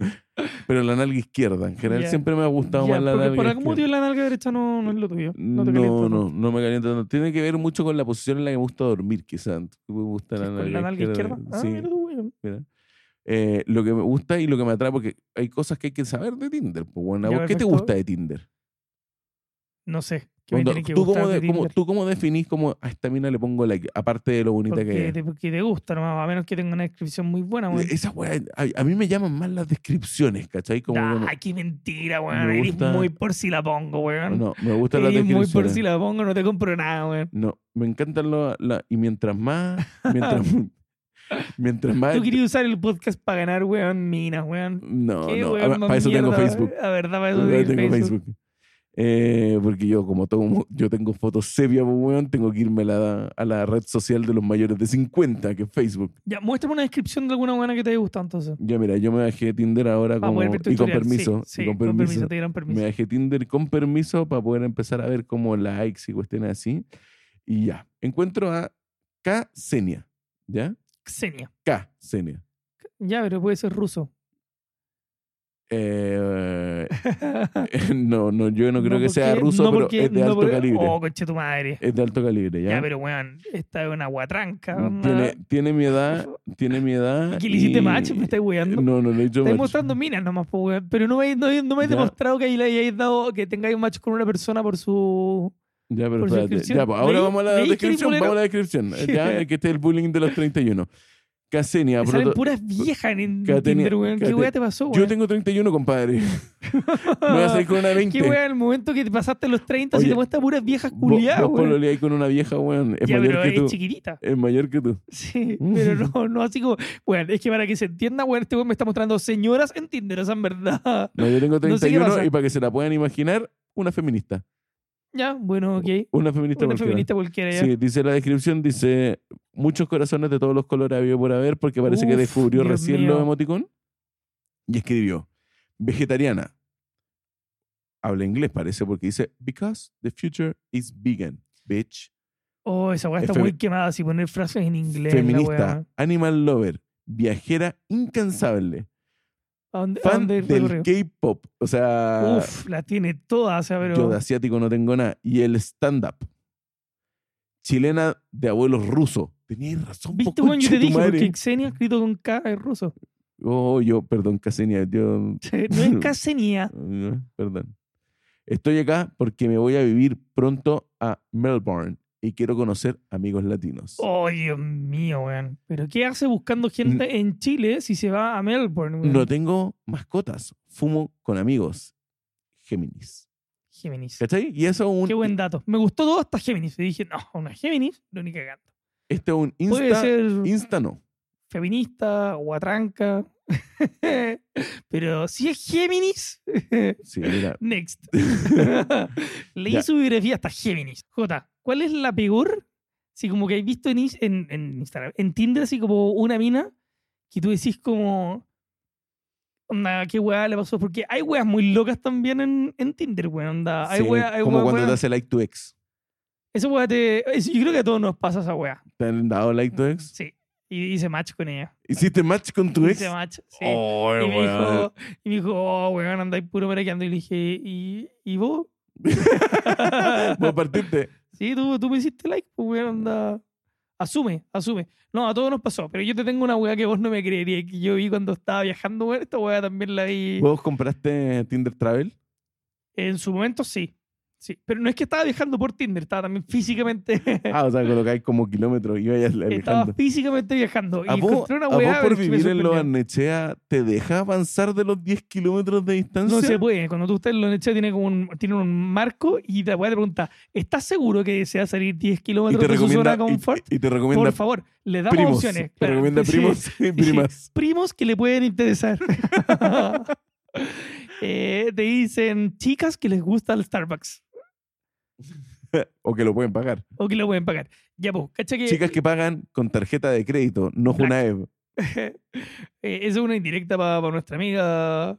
Pero la nalga izquierda, en general Ya. siempre me ha gustado Ya, más la porque nalga por algún izquierda. motivo la nalga derecha no, no es lo tuyo. No, No te calienta, no, no, me calienta tanto. Tiene que ver mucho con la posición en la que me gusta dormir, quizás. Me gusta Sí, la con nalga, la nalga izquierda. Ah, sí. mira tú, weón. Eh, lo que me gusta y lo que me atrae, porque hay cosas que hay que saber de Tinder. Pues, bueno, Ya, ¿Qué te perfecto. gusta de Tinder? No sé. ¿Qué me Onda, tiene que ¿tú, gustar cómo de de- cómo- Tinder? ¿Tú cómo definís cómo a esta mina le pongo like? Aparte de lo bonita que Porque es. Eh, te, porque te gusta, nomás, a menos que tenga una descripción muy buena, weón. Esa weá, a, a mí me llaman más las descripciones, ¿cachai? Como que ah, me- qué mentira, weón. me Eres gusta- muy por si la pongo, weón. no, me gustan las Eres muy por descripciones. si la pongo, no te compro nada, weón. No, me encantan lo- la- y mientras más, mientras, *laughs* *laughs* mientras más. Tú querías usar el podcast para ganar, weón, minas, weón. No, Qué no, weón a- más para eso tengo mierda, Facebook. La verdad, para eso Para eso tengo tengo Facebook. Facebook. Eh, porque yo, como tomo, yo tengo fotos sepia, pues, weón, tengo que irme a la, a la red social de los mayores de 50, que es Facebook. Ya, muéstrame una descripción de alguna buena que te haya gustado, entonces. Ya, mira, yo me bajé Tinder ahora Para como, poder ver tu y con historial. Sí, permiso. Sí, y con permiso. te dieron permiso. me bajé Tinder con permiso para poder empezar a ver como likes y cuestiones así. Y ya, encuentro a K. Senia, ¿ya? Xenia. K. Senia. Ya, pero puede ser *laughs* ruso. Eh, *laughs* no, no, yo no creo que sea porque- ruso, no pero porque- es de no alto porque- calibre. Oh, coche tu madre. Es de alto calibre, Ya, ¿ya? pero weón, esta es una guatranca. tiene, una- tiene mi edad, tiene mi edad. ¿Qué le hiciste y- macho? Me estás weando. No, no, le he hecho Estáis macho. mostrando minas nomás, po, weón. Pero no me, no, no me has Ya. demostrado que ahí le hayáis dado que tengáis un match con una persona por su Ya, pero por su espérate. descripción. Ya, pues, ahora ¿Leí- vamos a la leí que eres descripción. bolero? Vamos a la descripción. *laughs* Ya, que este es el bullying de los 31. Casenia. Me proto- salen puras viejas en que ha tenido- Tinder, weón. que ha ¿Qué te- weá te pasó, Yo weón? tengo 31, *laughs* compadre. Me voy a salir con una de 20. ¿Qué weá el momento que te pasaste los 30 si Oye, te muestras puras viejas Vos- culiadas, vos weón? pololeáis con una vieja, weón. Es Ya, mayor pero que tú. Mm. es chiquitita. *laughs* Es mayor que tú. Sí, pero no, no así como, weón, es que para que se entienda, weón, este weón me está mostrando señoras en Tinder, esa es verdad. *laughs* No, yo tengo No sé qué 31 pasa. y para que se la puedan imaginar, una feminista. Ya, bueno, ok. Una feminista Una cualquiera. feminista cualquiera, ya. Sí, dice la descripción, dice muchos corazones de todos los colores habido por haber, porque parece que Uf, descubrió Dios recién mío. los emoticón. Y escribió, vegetariana. Habla inglés, parece, porque dice, because the future is vegan, bitch. Oh, esa weá Es está femi- muy quemada, si poner frases en inglés. la Feminista, weá. animal lover, viajera incansable, ¿A dónde, a fan dónde del recorrió? K-pop. O sea, Uf, la tiene toda, o sea, pero. Ah, yo de asiático no tengo nada. Y el stand-up. Chilena de abuelos ruso. Tenías razón, po, ¿Viste, weón? Yo te conchetumare. dije, porque Xenia escrito con K es ruso. *laughs* Oh, yo, perdón, Casenia, yo. No *laughs* es Casenia. eh, Perdón. Estoy acá porque me voy a vivir pronto a Melbourne y quiero conocer amigos latinos. Oh, Dios mío, weón. ¿Pero qué hace buscando gente en Chile si se va a Melbourne, weón? No tengo mascotas, fumo con amigos. Géminis. Géminis. ¿Cachai? Y eso es Qué un, buen dato. Me gustó todo hasta Géminis. Y dije, no, una Géminis, no ni cagando. este es un Puede Insta. ser Insta no. feminista, guatranca. *laughs* pero si es Géminis, Sí, mira. *laughs* next. Leí Ya. su biografía hasta Géminis. J, ¿cuál es la peor? Si como que has visto en, Ins- en, en Instagram, en Tinder, así como una mina que tú decís como... Onda, qué weá le pasó. Porque hay weas muy locas también en, en Tinder, weón. Onda, hay Sí, weá, hay como weá, cuando weá. te hace like to ex. Esa weá te... es- yo creo que a todos nos pasa esa weá. ¿Te han dado like to ex? Sí. Y hice match con ella. ¿Hiciste match con tu ex? Hice match, Mm. sí. Oh, Y me, weón. *laughs* dijo, y me dijo, oh, weón, andáis puro maraqueando. Y le dije, ¿y, *laughs* y vos? Voy a *laughs* partirte. sí, tú, tú me hiciste like, pues, weón, anda. Asume, asume. No, a todos nos pasó, pero yo te tengo una weá que vos no me creerías, que yo vi cuando estaba viajando, weón. Esta weá también la vi. ¿Vos compraste Tinder Travel? En su momento sí. Sí, pero no es que estaba viajando por Tinder, estaba también físicamente. *laughs* Ah, o sea, colocáis como kilómetros y vayas estaba alejando. físicamente viajando. Y ¿A vos, encontré una a vos weá por que me vivir en sorprendió. los Barnechea te deja avanzar de los 10 kilómetros de distancia? No pues, se puede. Cuando tú estás en Lonechea, tiene como un, tiene un marco y la weá te pregunta, ¿estás seguro que deseas salir 10 Y te kilómetros de su recomienda, zona de confort? y, y te Por recomienda favor, le damos primos. opciones. Te claro. recomienda *laughs* Sí, primos *laughs* y *laughs* primas. primos que le *laughs* pueden interesar. Eh, te dicen chicas que les gusta el Starbucks o que lo pueden pagar. o que lo pueden pagar. Ya, pues, cacha que Chicas que pagan con tarjeta de crédito, no Exacto. Junaev. eh, esa es una indirecta para nuestra amiga,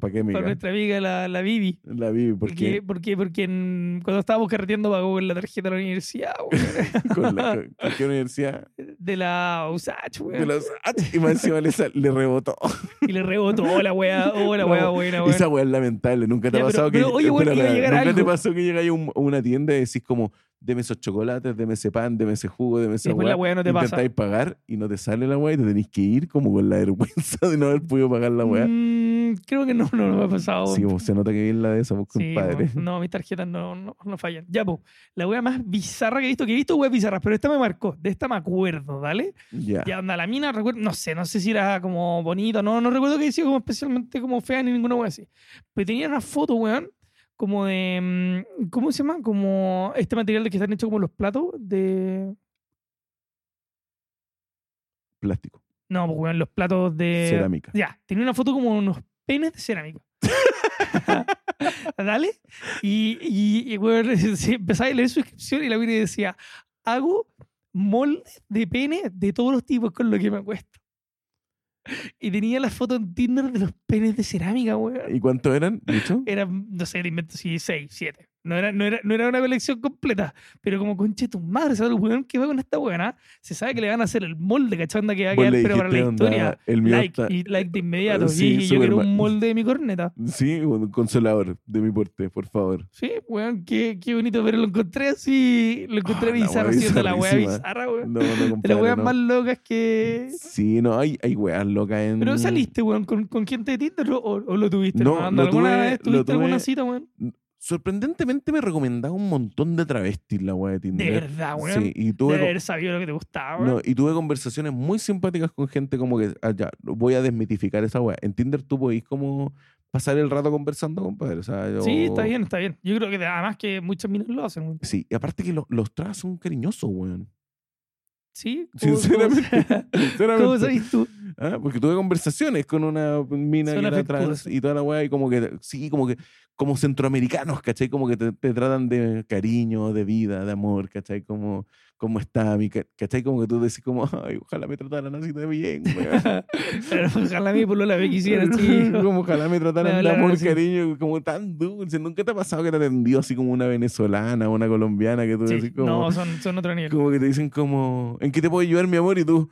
¿Para qué, para amiga? nuestra amiga la, la Vivi. La vi, Porque, *laughs* porque porque, porque en- cuando estábamos carreteando pagó con la tarjeta de la universidad, weón. con la con- con qué universidad de la USACH, weón. de los- ¡Ah! y más encima le, sal- le rebotó. Y le rebotó, hola, weá, *laughs* hola, No, weá, buena, weón. Esa weá es lamentable. Nunca te Ya, ha pero- pasado que. pero, oye, weón, espérate, iba a llegar Nunca te algo. pasó que llegáis a, un- a una tienda y decís como, deme esos chocolates, deme ese pan, deme ese jugo, deme esa Después weá. pues la weá no te pasa. Intentáis pagar y no te sale la weá y te tenéis que ir como con la vergüenza de no haber podido pagar la weá. Mm, creo que no, no, no me ha pasado. Sí, vos, se nota que bien la de esa, vos, Sí, compadre. weón. no, mis tarjetas no, no, no fallan. Ya, po, la wea más bizarra que he visto, que he visto weas bizarras, pero esta me marcó, de esta me acuerdo, ¿vale? *laughs* Ya. Ya, anda, la mina, recuerdo, no sé, no sé si era como bonita, no, no recuerdo que haya sido como especialmente como fea ni ninguna wea así. Pero tenía una foto, weón, como de, mm, ¿cómo se llama? Como este material de que están hechos como los platos de... Plástico. No, pues, weón, los platos de... Cerámica. Ya, tenía una foto como unos penes *laughs* de cerámica. Dale. Y, y, y, weón, *laughs* se- empezaba a leer su inscripción y la mina decía, hago moldes de pene de todos los tipos con lo que me acuesto. Y tenía la foto en Tinder de los penes de cerámica, weón. ¿Y cuántos eran? *laughs* ¿Dicho? Eran, no sé, te invento, sí, seis, siete. No era, no, era, no era una colección completa, pero como conche tu madre, ¿sabes? El weón que va con esta buena se sabe que le van a hacer el molde, cachanda, que va a Vos quedar, le pero para la dijiste, onda, historia el mío like, está- y like de inmediato. Sí, y yo súper quiero mal. un molde de mi corneta. Sí, un consolador de mi porte, por *laughs* favor. Sí, weón, qué, qué bonito, pero lo encontré así, lo encontré Ah, la bizarro, wea haciendo la wea bizarrísima. bizarra, weón. No, no, De las compadre, weas no. Mm. más locas que... Sí, no, hay, hay weas locas en. Pero saliste, weón, con, con gente de Tinder o, o lo tuviste, No, hermano? lo ¿Alguna tuve- vez lo tuviste alguna tuve- cita, weón? Sorprendentemente me recomendaba un montón de travestis la weá de De Tinder. verdad, weón. Sí, y de tuve, haber sabido lo que te gustaba, weón. No, y tuve conversaciones muy simpáticas con gente como que, ah, ya, voy a desmitificar esa weá. En Tinder tú podéis como pasar el rato conversando, compadre. o sea, yo- Sí, está bien, está bien. Yo creo que además que muchas minas lo hacen, weón. Sí, y aparte que lo- los tras son cariñosos, weón. Sí, Sinceramente, *laughs* ¿Cómo, Sinceramente. ¿Cómo sabes tú? Ah, Porque tuve conversaciones con una mina Son que era afectuosas. trans y toda la weá, y como que, sí, como que, como centroamericanos, ¿cachai? Como que te, te tratan de cariño, de vida, de amor, ¿cachai? Como, ¿cómo está mi, ca- ¿cachai? Como que tú decís como, *laughs* ay, ojalá me trataran así de *laughs* bien, weón. Pero ojalá mi polola *laughs* me quisiera, chico. Como ojalá me Me trataran de hablaran amor, así. cariño, como tan dulce. ¿Nunca te ha pasado que te atendió así como una venezolana, una colombiana, que tú Sí, decís como... no, son, son otro nivel. Como que te dicen como, ¿en qué te puedo ayudar, mi amor? Y tú,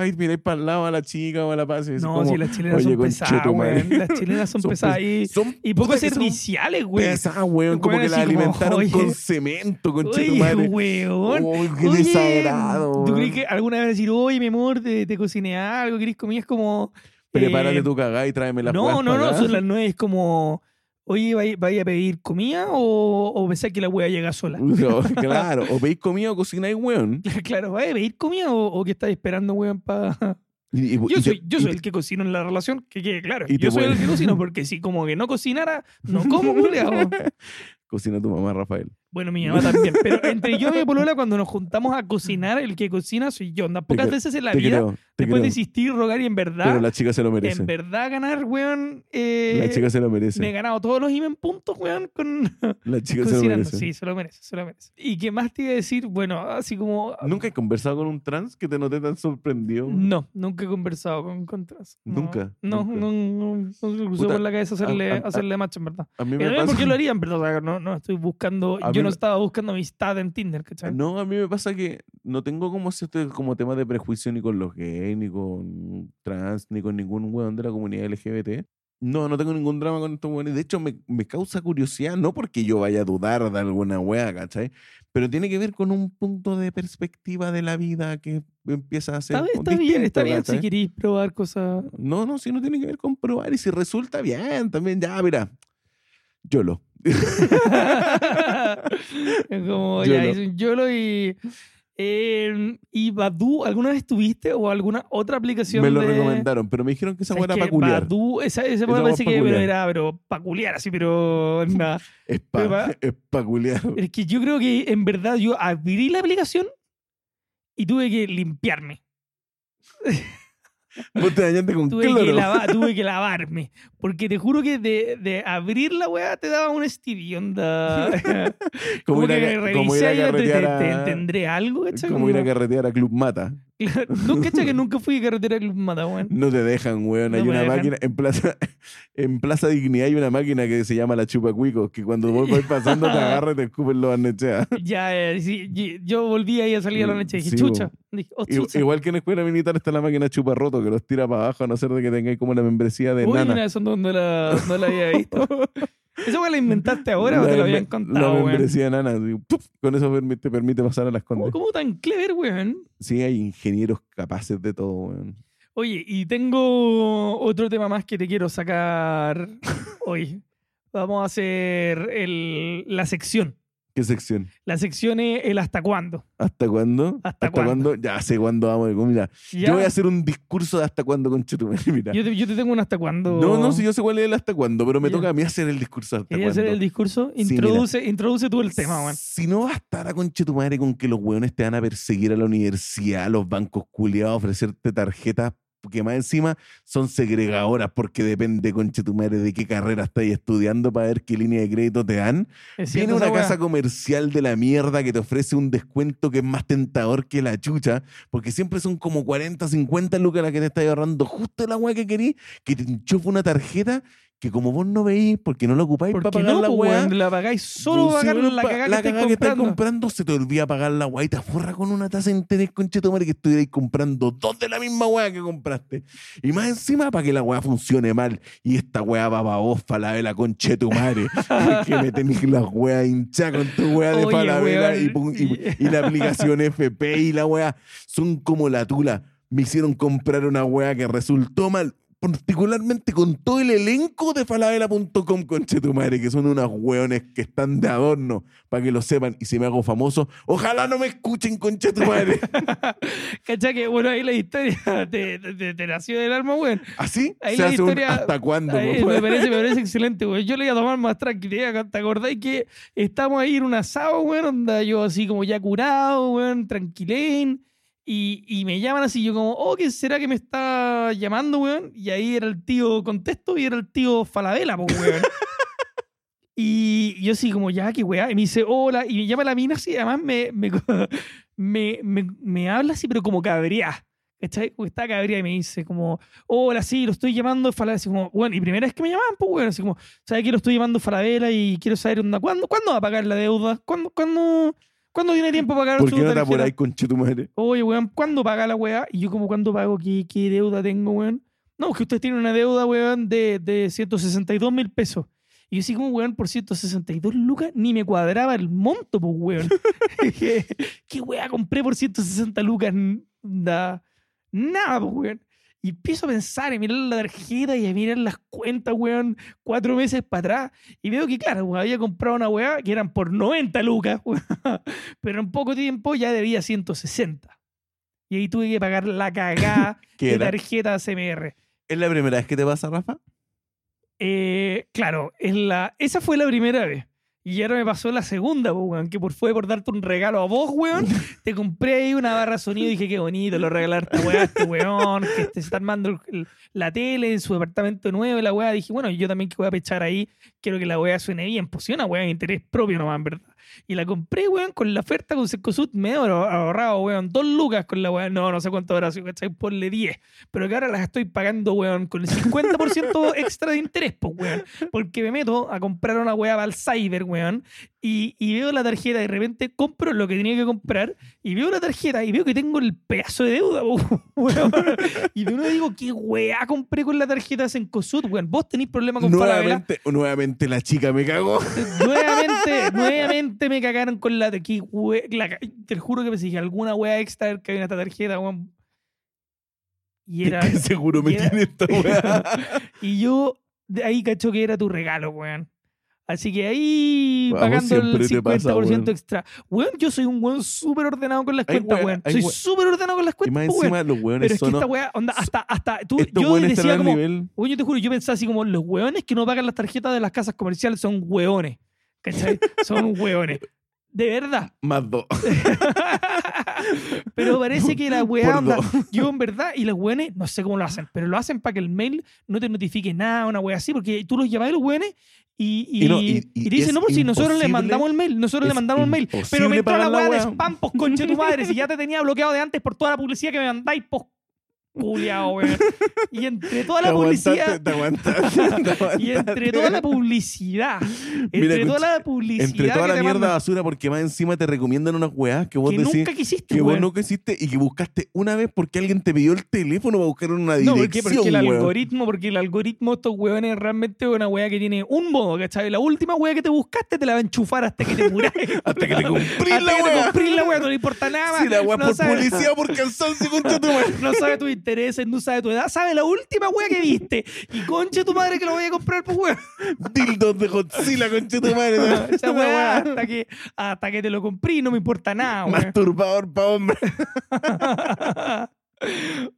ay, miráis para el lado a la chica o a la paz. y decís No, como, si las chilenas "Oye, son conche pesadas, tu madre". weón. *laughs* Las chilenas son Son pesadas y, son y poco puta que son serviciales, weón. Pesadas, weón, como Weón, que la así como, alimentaron "Oye". con cemento, conche tu Oye, madre. weón. Uy, qué Oye, desagrado. ¿Tú weón. crees que alguna vez decir, oye, mi amor, te, te cociné algo, querés comida? Es como. Prepárate eh, tu cagada y tráeme las No, weas no, pa' no, acá. *laughs* son las nueve, es como. Oye, ¿vai- ¿vais a pedir comida o, o pensás que la wea llega sola? No, claro, o veis comida o cocináis, weón. *laughs* claro, ¿vais a pedir comida o, o que estás esperando, weón, para. Y- y- y Yo te- soy, yo y soy te- el que cocino en la relación, que quede claro. y te Yo soy el pueden- que cocino, porque si como que no cocinara, no *laughs* como, culiao. Cocina tu mamá, Rafael. *laughs* Bueno, mi mamá también. Pero entre yo y mi polola, cuando nos juntamos a cocinar, el que cocina soy yo. Anda, pocas cre- veces en la te vida creo, te después creo. de insistir, rogar y en Pero verdad, la chica se lo merece. en verdad ganar, weón, eh, La chica se lo me he merece. ganado todos los imen puntos, weón, con *laughs* La chica se lo cocinando. merece. Sí, se lo merece, se lo merece. ¿Y qué más te iba a decir? Bueno, así como... ¿Nunca he conversado con un trans que te noté tan sorprendido? No, nunca he conversado con contras. No, Nunca, No, nunca. no, no, no se me cruzó Puta, por la cabeza hacerle, a- a- hacerle macho, en verdad. A mí Pero me también pasa... porque Eh, lo haría, en verdad. O sea, no, no estoy buscando... A yo mí me- no estaba buscando amistad en Tinder, ¿cachai? *laughs* No, a mí me pasa que no tengo como este como tema de prejuicio ni con los gays, ni con trans, ni con ningún weón de la comunidad LGBT. No, no tengo ningún drama con estos weones. De hecho, me, me causa curiosidad, no porque yo vaya a dudar de alguna wea, ¿cachai? Pero tiene que ver con un punto de perspectiva de la vida que empieza a ser Está, está bien, distinto, está bien si ¿cachai? queréis *laughs* probar cosas... No, no, si no tiene que ver con probar y si resulta bien, también ya, mira. Yo lo. Es Yolo. como ya hice un YOLO y. eh, ¿Y Badu alguna vez tuviste o alguna otra aplicación? Me lo de- recomendaron, pero me dijeron que esa ¿Sabes hueá era qué? peculiar. Badoo, esa, esa Esa me hueá parece que peculiar. era, pero peculiar, así, pero *laughs* nada. Es, Pero pa, va- es peculiar. Es que yo creo que en verdad yo abrí la aplicación y tuve que limpiarme. *laughs* Vos te dañaste con Tuve, que, cloro. lava- tuve que lavarme. Porque te juro que de, de abrir la weá te daba un Stevie *laughs* onda. Como, ir a que ca- *laughs* revisé como ir a ahí, te- te, carretear te- a- tendré algo, ¿cachai? como ir a carretear a Club Mata. *laughs* Claro, no cacha que nunca fui a carretera Club *laughs* Mata, weón. No te dejan, weón. No hay me una dejan. máquina en Plaza, *laughs* en Plaza Dignidad hay una máquina que se llama la Chupa Cuicos, que cuando vos vas pasando *laughs* te agarra y te escupen los barnechea. Ya, eh, sí, y- yo volví ahí a salir a la noche y dije, Mm, Sí, chucha. bo. Dije, oh, I- chucha. Igual que en escuela militar está la máquina Chupa Roto, que los tira para abajo a no ser de que tengáis como la membresía de Uy, nana. mira, eso no, no la, no la había *laughs* visto. *laughs* ¿Esa weón la inventaste ahora o te lo mem- habían la contado, weón? membresía nana. así, ¡puf! Con eso permi- te permite pasar a las ¿Cómo, condes. cómo tan clever, weón? Sí, hay ingenieros capaces de todo, weón. Oye, y tengo otro tema más que te *laughs* quiero sacar hoy. Vamos a hacer el- la sección. ¿Qué sección? La sección es el hasta cuándo. ¿Hasta cuándo? ¿Hasta cuándo? Ya sé cuándo vamos. digo, Mira, Ya, yo voy a hacer un discurso de hasta cuándo con *laughs* Mira. yo te, yo te tengo un hasta cuándo. No, no, si yo sé cuál es el hasta cuándo, pero me Ya. toca a mí hacer el discurso de hasta ¿Quería cuándo. hacer el discurso? Sí, mira. Introduce, introduce tú el tema, weón. Si no bastara, conche tu madre, con que los hueones te van a perseguir a la universidad, a los bancos culiados, a ofrecerte tarjetas que más encima son segregadoras porque depende, conche tu madre, de qué carrera estás estudiando para ver qué línea de crédito te dan. Es Tiene cierto una esa weá. casa comercial de la mierda que te ofrece un descuento que es más tentador que la chucha, porque siempre son como 40, 50 lucas las que te estás ahorrando justo la weá que querís, que te enchufa una tarjeta que como vos no veís porque no la ocupáis para Porque pagar no, la po, weá. weón, la pagáis solo Pues, para sí, pagar bueno, la pa- cagada que estáis estáis comprando. comprando se te olvida pagar la weá y te aforra con una tasa de interés, conchetumare, que estuvierais comprando dos de la misma weá que compraste. Y más encima, para que la weá funcione mal. Y esta weá va para vos, para la conchetumare. que me tenéis las weas hinchas con tu weá de Oye, Falabella y, weón, pun- y- y la aplicación FP y la weá. Son como la tula. Me hicieron comprar una weá que resultó mal. particularmente con todo el elenco de falabella.com, conche tu madre, que son unas hueones que están de adorno, para que lo sepan. Y si me hago famoso, ojalá no me escuchen, conche tu *laughs* madre. ¿Cachai? Que bueno, ahí la historia *laughs* te, te- te- te nació del alma, weón. Así Ahí se la hace un historia- hasta cuándo. Ahí po, *laughs* Me weón? parece, me parece excelente, weón. Yo le iba a tomar más tranquilidad. ¿Te acordáis que estamos ahí en un asado, weón? Onda, yo así como ya curado, weón, tranquilén. Y, y me llaman así, yo como, oh, ¿qué será que me está llamando, weón? Y ahí era el tío Contesto y era el tío Falabella, po, *laughs* weón. Y yo así como, ya, qué weá. Y me dice, hola. Y me llama la mina así, y además me, me, me, me- me habla así, pero como cabreá. ¿Cachai? Como que Está cabreá y me dice como, hola, sí, lo estoy llamando de Falabella. Así como, bueno, y primera vez que me llamaban, pues, bueno, así como, ¿sabes que lo estoy llamando de Falabella y quiero saber onda, ¿cuándo, ¿cuándo va a pagar la deuda? ¿Cuándo, cuándo, ¿cuándo tiene tiempo para pagar ¿Por su qué no está tarjeta? por ahí, conche tu madre? Oye, weón, ¿cuándo paga la weá? Y yo como, ¿cuándo pago? ¿Qué, qué deuda tengo, weón? No, que usted tiene una deuda, weón, de, de 162 mil pesos. Y yo así como, weón, por 162 lucas, ni me cuadraba el monto, pues, weón. Dije, ¿Qué weá compré por 160 lucas? Da- Nada, pues, weón. Y empiezo a pensar, a mirar la tarjeta y a mirar las cuentas, weón, cuatro meses para atrás. Y veo que, claro, weón, había comprado una weá que eran por 90 lucas, weón. Pero en poco tiempo ya debía 160. Y ahí tuve que pagar la cagada *laughs* ¿Qué de era? tarjeta CMR. ¿Es la primera vez que te pasa, Rafa? Eh, claro, es la, esa fue la primera vez. Y ahora me pasó la segunda, po, weón, que por fue por darte un regalo a vos, *laughs* weón. Te compré ahí una barra de sonido y dije, qué bonito, lo regalar esta weá, a este weón, que te está armando el- la tele en su departamento nuevo, y la weá. Dije, bueno, yo también que voy a pechar ahí, quiero que la weá suene bien, pues sí, una weá de interés propio nomás, en verdad. Y la compré, weón, con la oferta con Cencosud, me he ahorrado, weón, dos lucas con la weá. No, no sé cuánto habrá sido, ¿cachai? Ponle 10 pero que ahora las estoy pagando, weón, con el 50% *laughs* extra de interés, pues, weón. Porque me meto a comprar una weá para el cyber, weón, y, y veo la tarjeta y de repente compro lo que tenía que comprar, y veo la tarjeta y veo que tengo el pedazo de deuda, *laughs* po, weón. Y de uno digo, ¿qué weá compré con la tarjeta de Cencosud, weón? Vos tenés problema con Falabella, Nuevamente, nuevamente la chica me *laughs* cagó. nuevamente, nuevamente me cagaron con la, que hue- la ca- Te juro que me dije, alguna wea extra que había en esta tarjeta, weón. Y era. Que *laughs* seguro me y era- tiene esta *laughs* weá. Y yo de ahí cacho que era tu regalo, weón. Así que ahí A vos pagando el siempre 50% te pasa, weón. extra. Weón, yo soy un weón súper ordenado con las Hay cuentas, wea- weón. hay Soy wea- súper ordenado con las Y más cuentas, weón. encima, los Pero weones es que son. esta weá, onda, hasta, hasta, tú, Estos yo weones están decía al como, nivel. Oye, yo te juro, yo pensaba así como, los hueones que no pagan las tarjetas de las casas comerciales son hueones. ¿Cachai? *laughs* Son hueones. De verdad. Más dos. *laughs* Pero parece que la hueá Por onda, dos. yo en verdad, y los hueones, no sé cómo lo hacen, pero lo hacen para que el mail no te notifique nada, una hueá así, porque tú los llevas a los hueones y, y, Y no, y- y y te dicen, es no, por si nosotros les imposible- mandamos el mail, nosotros le es mandamos el mail. Pero imposible me entró la pagar la hueá de hueá. spam, pos conche tu madre, si *laughs* ya te tenía bloqueado de antes por toda la publicidad que me mandáis, pos culiao, *laughs* weón. Y entre toda la publicidad... Te *laughs* aguantaste, te aguantaste. Y entre toda la publicidad, entre Mira, toda la publicidad, Entre toda que la te mierda mandan, basura, porque más encima te recomiendan unas weas que vos que decís nunca quisiste, que vos weón. no hiciste y que buscaste una vez porque alguien te pidió el teléfono para buscar una No, dirección. ¿por qué? Porque el weón. algoritmo, porque el algoritmo, estos hueones realmente es una hueá que tiene un modo, ¿cachai? La última hueá que te buscaste te la va a enchufar hasta que te muráis. *laughs* Hasta *laughs* que te Hasta cumplís que la te wea. comprís la hueá, no le importa nada. más, Si la wea no por sabe- policía o por cansancio, concha tu madre. *laughs* No sabe tus intereses, no sabe tu edad, sabe la última hueá que viste. Y conche tu madre que lo voy a comprar, pues *laughs* hueá. Dildos de Godzilla, concha tu madre. Esa hueá hasta que, hasta que te lo compré, no me importa nada, hueá. Masturbador para *laughs* hombre. Ay,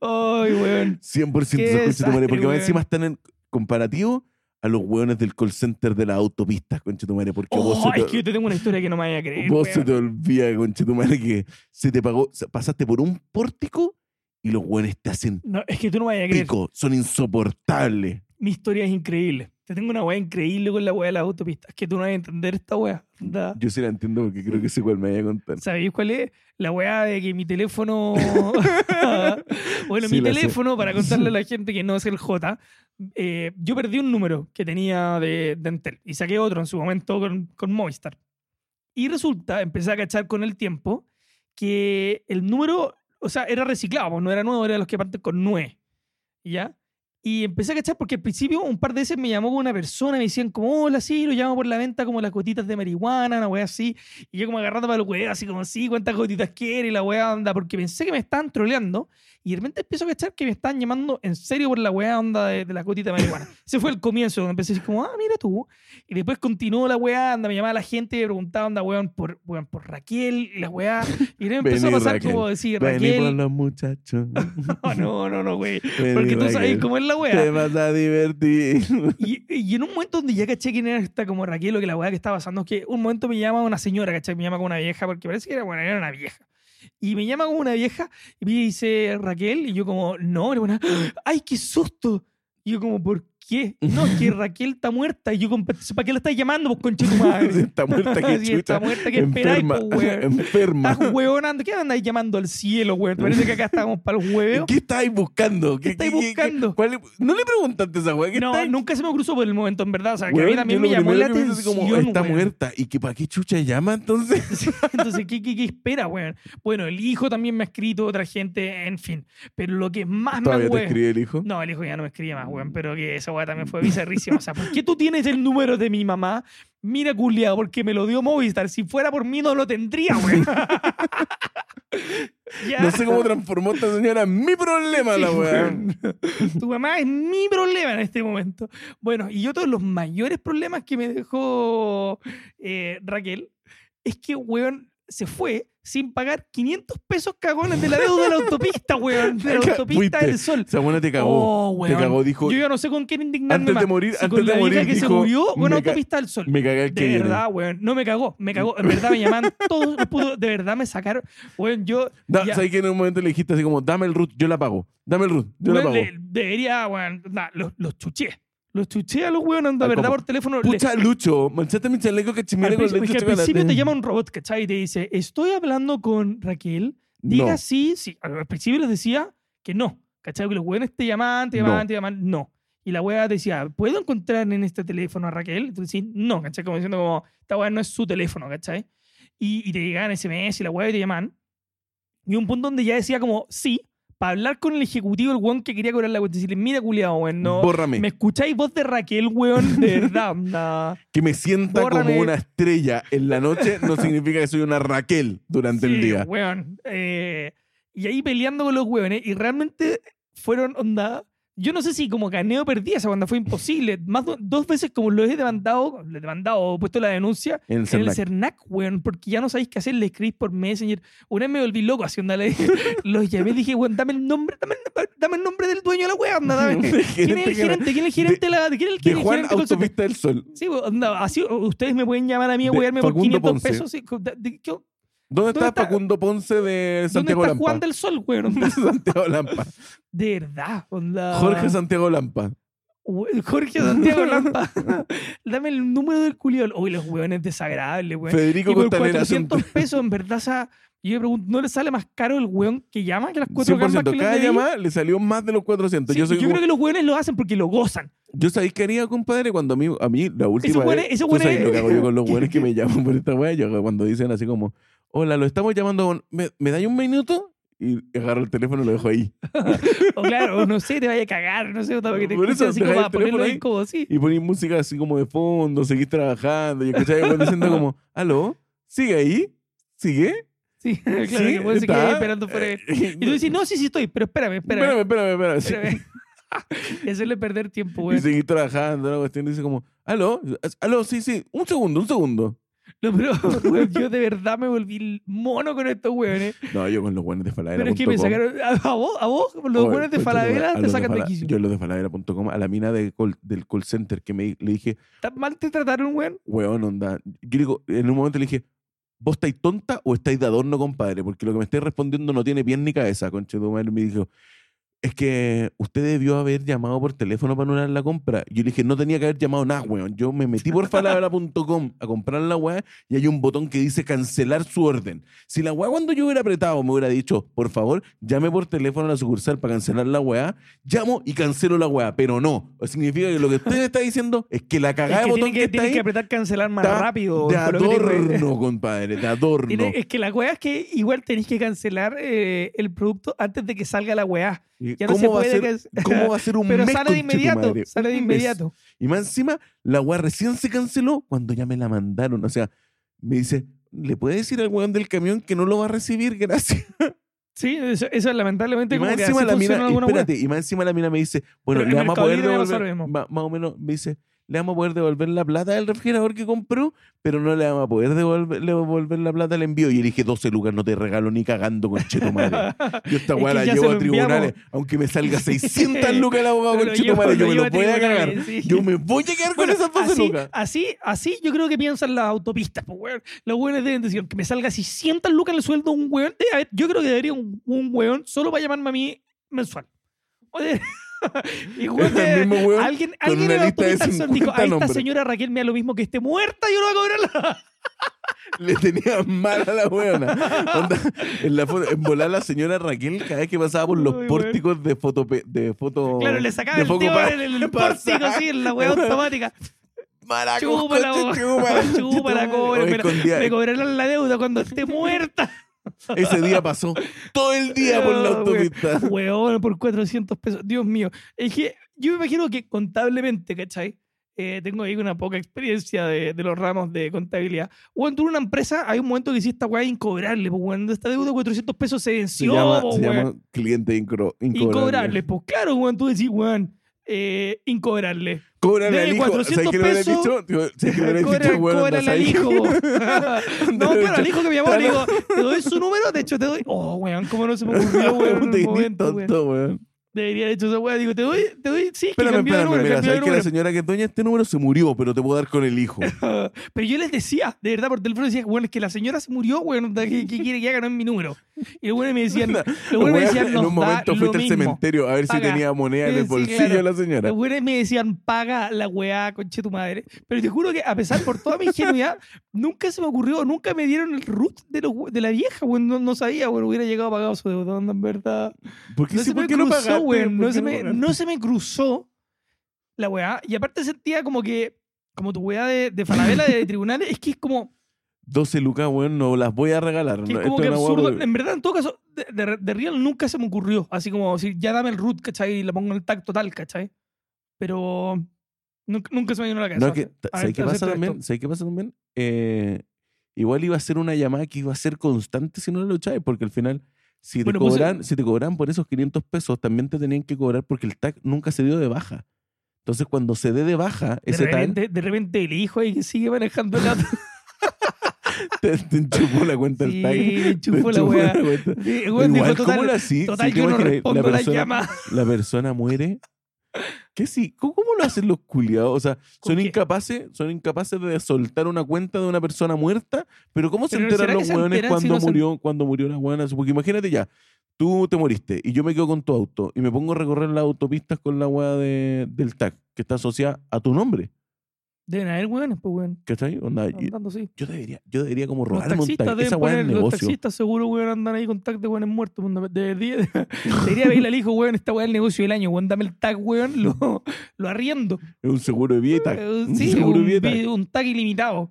weón. 100% se Qué escucha tu madre, desastre, porque más weón. encima están en comparativo a los hueones del call center de las autopistas, concha tu madre, porque vos, Oh, se es que te, yo te tengo una historia que no me vaya a creer. vos weón. se te olvida, concha tu madre, que se te pagó, se- pasaste por un pórtico y los hueones te hacen No, es que tú no me vayas a creer. pico, son insoportables. mi historia es increíble. Te tengo una weá increíble con la weá de las autopistas. Que tú no vas a entender esta weá. Onda, Yo sí la entiendo porque creo que sé cuál me voy a contar. ¿Sabéis cuál es? La weá de que mi teléfono. *laughs* bueno, Sí, mi la sé. teléfono, para contarle a la gente que no es el J, eh, yo perdí un número que tenía de, de Entel y saqué otro en su momento con, con Movistar. Y resulta, empecé a cachar con el tiempo que el número, o sea, era reciclado, pues, no era nuevo, era los que parten con 9. ¿Ya? Y empecé a cachar porque al principio un par de veces me llamó una persona, me decían como, hola, sí, lo llamo por la venta como las gotitas de marihuana, una wea así. Y yo como agarrando para los weas, así como, sí, cuántas gotitas quiere, y la wea onda, porque pensé que me estaban troleando. Y de repente empiezo a cachar que me están llamando en serio por la weá onda de, de la gotita de *laughs* marihuana. Ese fue el comienzo, donde empecé a decir como, ah, mira tú. Y después continuó la weá onda, me llamaba la gente y me preguntaba onda, weón, por, weón, por Raquel y la weá. Y luego empezó Vení, a pasar Raquel. como decir, Vení por Raquel. los muchachos. *laughs* No, no, no, güey. Vení, Porque tú sabes Raquel. cómo es la Te weá. vas a divertir. Y, y en un momento donde ya caché quién era esta como Raquel, o que la weá que estaba pasando, es que un momento me llama una señora, caché, me llama como una vieja, porque parece que era, bueno, era una vieja. Y me llama como una vieja y me dice Raquel, y yo como, no, era una, ¡ay, qué susto! Y yo como, ¿por qué? *laughs* No, es que Raquel está muerta. Y yo como, ¿para qué la estás llamando vos, conche tu madre? *laughs* Está *laughs* muerta que Sí, chucha. está muerta, ¿qué *laughs* esperáis, enferma. po, weón? enferma. Estás hueonando, ¿qué andáis llamando al cielo, weón? ¿Te parece que acá estábamos para los hueveos? *laughs* ¿Qué estáis buscando? ¿Qué estáis buscando? cuál es- no le preguntaste a esa weá. ¿Qué No, estáis? nunca se me cruzó por el momento, en verdad. O sea, que a Weón, mí yo también me lo llamó la primero que atención. pensé es como, está weón. muerta. ¿Y que, para qué chucha llama *laughs* entonces? Entonces, ¿qué, qué, qué espera, weón? Bueno, el hijo también me ha escrito, otra gente, en fin. Pero lo que más me Todavía te weón- escribe el hijo. No, el hijo ya no me escribe más, weón. Pero que esa weá también fue bizarrísima. O sea, ¿por qué tú tienes el número de mi mamá? Mira, culiado, porque me lo dio Movistar. Si fuera por mí, no lo tendría, weón. *laughs* Ya. No sé cómo transformó esta señora en mi problema Sí, la weá. weón. Tu mamá es mi problema en este momento. Bueno, y otro de los mayores problemas que me dejó eh, Raquel es que, weón, se fue sin pagar 500 pesos cagones de la deuda de la autopista, *laughs* weón. De la Acá autopista fuiste. del sol. Esa buena te cagó. Oh, te weón. cagó, dijo. Yo ya no sé con quién indignarme Antes más. de morir, Si antes con de la morir, vieja que se dijo, murió o en me ca- autopista del sol. me cagué el que De viene. verdad, weón. No me cagó, me cagó. En verdad me llamaban todos los putos. De verdad me sacaron. Weón, yo. Da- ya- ¿Sabes que en un momento le dijiste así como, dame el root, yo la pago? Dame el root, yo la Weón, pago. Pues, le- debería, weón. nah, los, los chuché. Los chuché a los weones, de Ah, verdad, ¿cómo? por teléfono. le- Pucha, Lucho, manchaste mi chaleco que al chimera con principio- leche es que al chocolate. principio te llama un robot, ¿cachai? Y te dice, estoy hablando con Raquel. Diga No. sí, sí. Al principio les decía que no, ¿cachai? Que los weones te llamaban, te No. llamaban, te llamaban, no. Y la wea te decía, ¿puedo encontrar en este teléfono a Raquel? Y tú decís, no, ¿cachai? Como diciendo, como, esta wea no es su teléfono, ¿cachai? Y, y te llegaban SMS y la wea y te llamaban. Y un punto donde ya decía como, sí, para hablar con el ejecutivo, el weón que quería cobrar la wea, decirle, mira, culiao, weón, no, Bórrame. ¿Me escucháis voz de Raquel, weón? De verdad, *laughs* onda. Que me sienta Bórrame. como una estrella en la noche no significa que soy una Raquel durante el Sí, día. weón. Eh, y ahí peleando con los weones. Y realmente fueron, onda. Yo no sé si como gané o perdí esa onda, fue imposible. Más do- dos veces como lo he demandado, le he demandado o puesto la denuncia En el en el Cernac. Cernac, weón, porque ya no sabéis qué hacer, le escribís por Messenger. Una vez me volví loco así, onda, le *laughs* dije, los llamé, dije, weón, dame el nombre, dame, el- dame el nombre del dueño de la weón, onda, *laughs* De dame. ¿Quién es *laughs* gente el que era- gerente? ¿Quién es el gerente? de la- ¿Quién es el, De quién es el Juan gerente? Concepción? Autopista del Sol. Sí, bo- onda, así o- ustedes me pueden llamar a mí a De huearme por Facundo 500 Ponce. pesos. y co- de- de- ¿qué- ¿Dónde, está, está- Facundo Ponce de ¿Dónde Santiago está Juan Lampa? del Sol, *laughs* weón? Santiago Lampa. *laughs* De verdad, onda. Jorge Santiago Lampa. Hue- Jorge Santiago *laughs* Lampa. Dame el número del culión. Uy, los weones desagradables, weón. Y Federico por Costanera. son- 400 pesos, en verdad, o sea, yo me pregunto, ¿no le sale más caro el weón que llama que las cuatro gambas que 100%. le Cada debí? llamada le salió más de los 400. Sí, yo yo soy como- creo que los weones lo hacen porque lo gozan. Yo sabéis que haría, compadre, cuando a mí, a mí la última güey- vez. ese tú güey- sabes lo que hago yo con *laughs* los güeyes que me llaman por esta weá. Yo hago cuando dicen así como, hola, lo estamos llamando, con- ¿me, me dais un minuto? Y agarro el teléfono y lo dejo ahí. O claro, o no sé, te vaya a cagar, no sé, para que te Por eso escuchen así como dejáis el para ponerlo teléfono ahí. incómodo, sí. Y ponéis música así como de fondo, seguís trabajando. Y escucháis el güey diciendo como, ¿aló? ¿Sigue ahí? ¿Sigue? Sí, *laughs* claro, que el weón se ¿Está? quede esperando fuera. de- Eh, Y tú dices, no, sí, eh". sí estoy, pero espérame, espérame. espérame, espérame, espérame. sí. espérame. *laughs* Hacerle perder tiempo, Y güey. seguís trabajando, la cuestión dice como, ¿aló? ¿Aló? Sí, sí, un segundo, un segundo. No, *laughs* pero, güey, yo de verdad me volví mono con estos güeyes. No, yo con los güeyes de Faladera. Pero es que me sacaron. A, a vos, a vos, los Oye, güeyes de concha tu Falabella madre, a te los sacan de Fala- quicio. Yo a los de falavera.com, a la mina de call- del call center que me, le dije, ¿Tan mal te trataron, güey? weón, onda. Yo digo, en un momento le dije, ¿vos estáis tonta o estáis de adorno, compadre? Porque lo que me estáis respondiendo no tiene pies ni cabeza, conche tu madre. Me dijo, es que usted debió haber llamado por teléfono para anular la compra. Yo le dije, no tenía que haber llamado nada, weón. Yo me metí por falavera.com a comprar la weá y hay un botón que dice cancelar su orden. Si la weá cuando yo hubiera apretado me hubiera dicho, por favor, llame por teléfono a la sucursal para cancelar la weá, llamo y cancelo la weá. Pero no. Significa que lo que usted me está diciendo es que la Es cagada que de botón tienen que, que, está tienen que ahí apretar cancelar más está rápido. de por lo que tengo que- *laughs* adorno, compadre, de adorno. Tiene- es que la weá es que igual tenés que cancelar eh, el producto antes de que salga la weá. Y Porque Ya no ¿cómo, se va a puede ser, que- ¿cómo va a ser un Pero mes, sale de conche tu inmediato, madre? sale de Un mes. inmediato. Y más encima, la weá recién se canceló cuando ya me la mandaron. O sea, me dice, ¿le puede decir al weón del camión que no lo va a recibir? *laughs* Gracias. Sí, eso, eso es lamentablemente Y como más que encima así la funciona mina, alguna espérate, y más encima la mina me dice, bueno, Pero le en vamos a Mercado poder Libre va a pasar devolver, lo mismo. ma- más o menos, me dice, le vamos a poder devolver la plata del refrigerador que compró, pero no le vamos a poder devolver, le vamos a devolver la plata al envío. Y le dije, 12 lucas, no te regalo ni cagando, conchetumare. wea. *laughs* Yo esta Es weá que la ya llevo se a lo tribunales, enviamos. aunque me *laughs* salga 600 lucas el abogado, Pero conchetumare, yo me llevo lo a voy a tribunales, cagar. sí. Yo me voy a quedar con Bueno, esas 12 así, lucas. así, así yo creo que piensan las autopistas, pues, weón. Los weones deben decir que me salga 600 lucas en el sueldo un weón. Debe haber- yo creo que debería un, un weón solo para llamarme a mí mensual. Oye, *laughs* y weón, eh, Es el mismo weón alguien, alguien una en la lista de autopista Son dijo, 50 a esta nombres". señora Raquel me da lo mismo que esté muerta, yo no voy a cobrarla. Le tenía mal a la weona. Onda, en la foto, en volar la señora Raquel cada vez que pasaba por los Ay, weón. pórticos de foto de foto Claro, le sacaba Oh, de el foco tema pa- *laughs* en el, pasar. pórtico, sí, en la weá automática. Maracos, Chúpala, conche, vos. chúpala, *laughs* Chúpala, chúpala. cobre, Oye, pero escondía- me cobrarán la deuda cuando esté muerta. Ese día pasó todo el día por *laughs* la Ah, weón. autopista. *laughs* Weón, por 400 pesos. Dios mío. Es que yo me imagino que contablemente, ¿cachai? Eh, tengo ahí una poca experiencia de, de los ramos de contabilidad. Weón, tú en una empresa hay un momento que sí esta weá es incobrable, pues weón. Esta deuda de 400 pesos se Se venció, llama, po, se weón. llama cliente incro, incobrable. Incobrable. Pues claro, weón, tú decís, weón, eh, incobrable. Cóbrale al Debe hijo. ¿Sabes 400 qué le hubieras pesos. dicho? Digo, ¿Sabes qué le hubieras dicho, *laughs* *laughs* Cobra- weón? cóbrale al hijo. *laughs* no, Anda, claro, al hijo que me llamó, Claro. le digo, te doy su número, de hecho te doy. Oh, weón, cómo no se me ocurrió, *laughs* weón, en el momento, weón. tonto, weón. Debería haber hecho esa weá. Digo, te doy, te doy, sí, es que Espérame, cambió de espérame, número, mira, cambió de sabes que la número. señora que es dueña de este número se murió, pero te puedo dar con el *laughs* hijo. Pero yo les decía, de verdad, por teléfono decía, bueno, es que la señora se murió, weón, onda, ¿qué, qué quiere que haga? No es mi número. Y los weones me decían, los weones me Weón, decían, en nos un momento da fuiste lo al mismo. cementerio a ver si Paga. tenía moneda en Sí, el sí, bolsillo claro. de la señora. Los güeyes me decían, paga la weá, conche tu madre. Pero te juro que, a pesar por toda mi ingenuidad, *laughs* nunca se me ocurrió, nunca me dieron el root de, los we- de la vieja, weón. No, no sabía, weón. Hubiera llegado pagado su deuda, onda, en verdad. ¿Por qué No sí, se por me qué no cruzó, pagaste? weón. ¿Por No, qué se me- pagaste? no se me cruzó la weá. Y aparte sentía como que, como tu weá de, de Falabella *laughs* de tribunales, es que es como. 12 lucas, weón, no las voy a regalar. Que no, es esto como que es una hueá absurdo. por- En verdad, en todo caso, de, de- de Real nunca se me ocurrió. Así como decir, ya dame el root, ¿cachai? Y le pongo en el tag total, ¿cachai? Pero nunca, nunca se me vino a la cabeza. No, que, A ¿sabes ver, qué a ver, pasa esto. también? ¿Sabes qué pasa también? Eh, igual iba a ser una llamada que iba a ser constante si no lo echabas, porque al final, si te, Bueno, pues, cobran, si te cobran por esos 500 pesos, también te tenían que cobrar porque el tag nunca se dio de baja. Entonces, cuando se dé de baja, De ese tag repente, de repente el hijo ahí que sigue *laughs* manejando la. te, te enchufó la cuenta ¡ah! Sí, del tag. le te chupó la enchufó *laughs* weá. la cuenta. Sí, Pero weón, dijo, igual, ¿cómo total, la- sí, sí, total, ¿te yo no imaginas? respondo la, llama. la persona muere. ¿Qué sí? ¿Cómo, cómo lo hacen los culiados? O sea, ¿Con son qué? incapaces, son incapaces de soltar una cuenta de una persona muerta, pero ¿cómo se Pero enteran ¿será que los se hueones enteran si cuando no se- murió, cuando murió la hueona? Porque imagínate ya, tú te moriste y yo me quedo con tu auto y me pongo a recorrer las autopistas con la hueá de- del TAC, que está asociada a tu nombre. Deben haber weones, pues weón. ¿Cachai? Onda, y- Andando así. yo debería, yo debería como Los robar un taxistas TAC. deben Esa hueá es poner, los negocio. taxistas seguro, weón, andan ahí con tag de weones muertos. mundo. De- de- *laughs* Debería pedirle al hijo, weón, esta weá es el negocio del año, weón, dame el tag, *laughs* weón, lo, lo arriendo. Es un seguro de vida y TAC. *laughs* Eh, Un Sí, seguro de un, vida y TAC. vi- un tag ilimitado.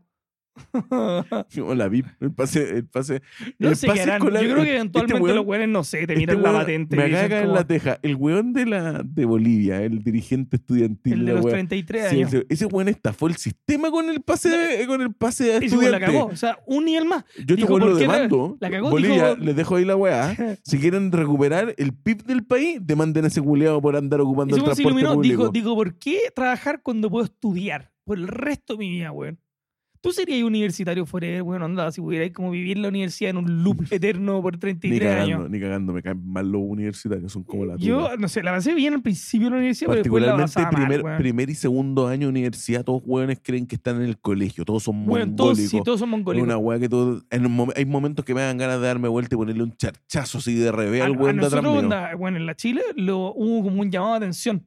Yo la vi, el pase, el pase. no el sé qué pase harán. Yo escolar- creo que este eventualmente weón- los weones, no sé, te este miran la weón patente. Me y acaba dicen de caer en como, la teja. El weón de la de Bolivia, el dirigente estudiantil. el de la los weá. 33 Sí, años. ese- ese weón estafó el sistema con el pase de, con el pase de y se la estudiante. cagó. O sea, un nivel más. Yo te Dijo, vuelvo ¿por lo qué la- demando. la cagó? Bolivia, Dijo- les dejo ahí la weá. *laughs* Si quieren recuperar el PIB del país, demanden a ese culeado por andar Y ocupando ese el weón se transporte iluminó. público. Digo, digo, ¿por qué trabajar cuando puedo estudiar por el resto de mi vida, weón? Tú serías universitario forever, weón, onda, si pudierais como vivir la universidad en *laughs* un loop eterno por ni 33 años. cagando, ni cagando, me caen mal los universitarios, son como la tuya. Yo, no sé, la pasé bien al principio de la universidad, pero después la Particularmente pasaba mal, primer, weón. primer y segundo año de universidad, todos hueones creen que están en el colegio, todos son Bueno, todos, mongólicos. sí, todos son Es mongólicos. una hueá que todos- en un mom- hay momentos que me dan ganas de darme vuelta y ponerle un charchazo así de revés A- al a hueón de atrás nosotros, mío. onda, bueno, en la Chile lo, hubo como un llamado de atención.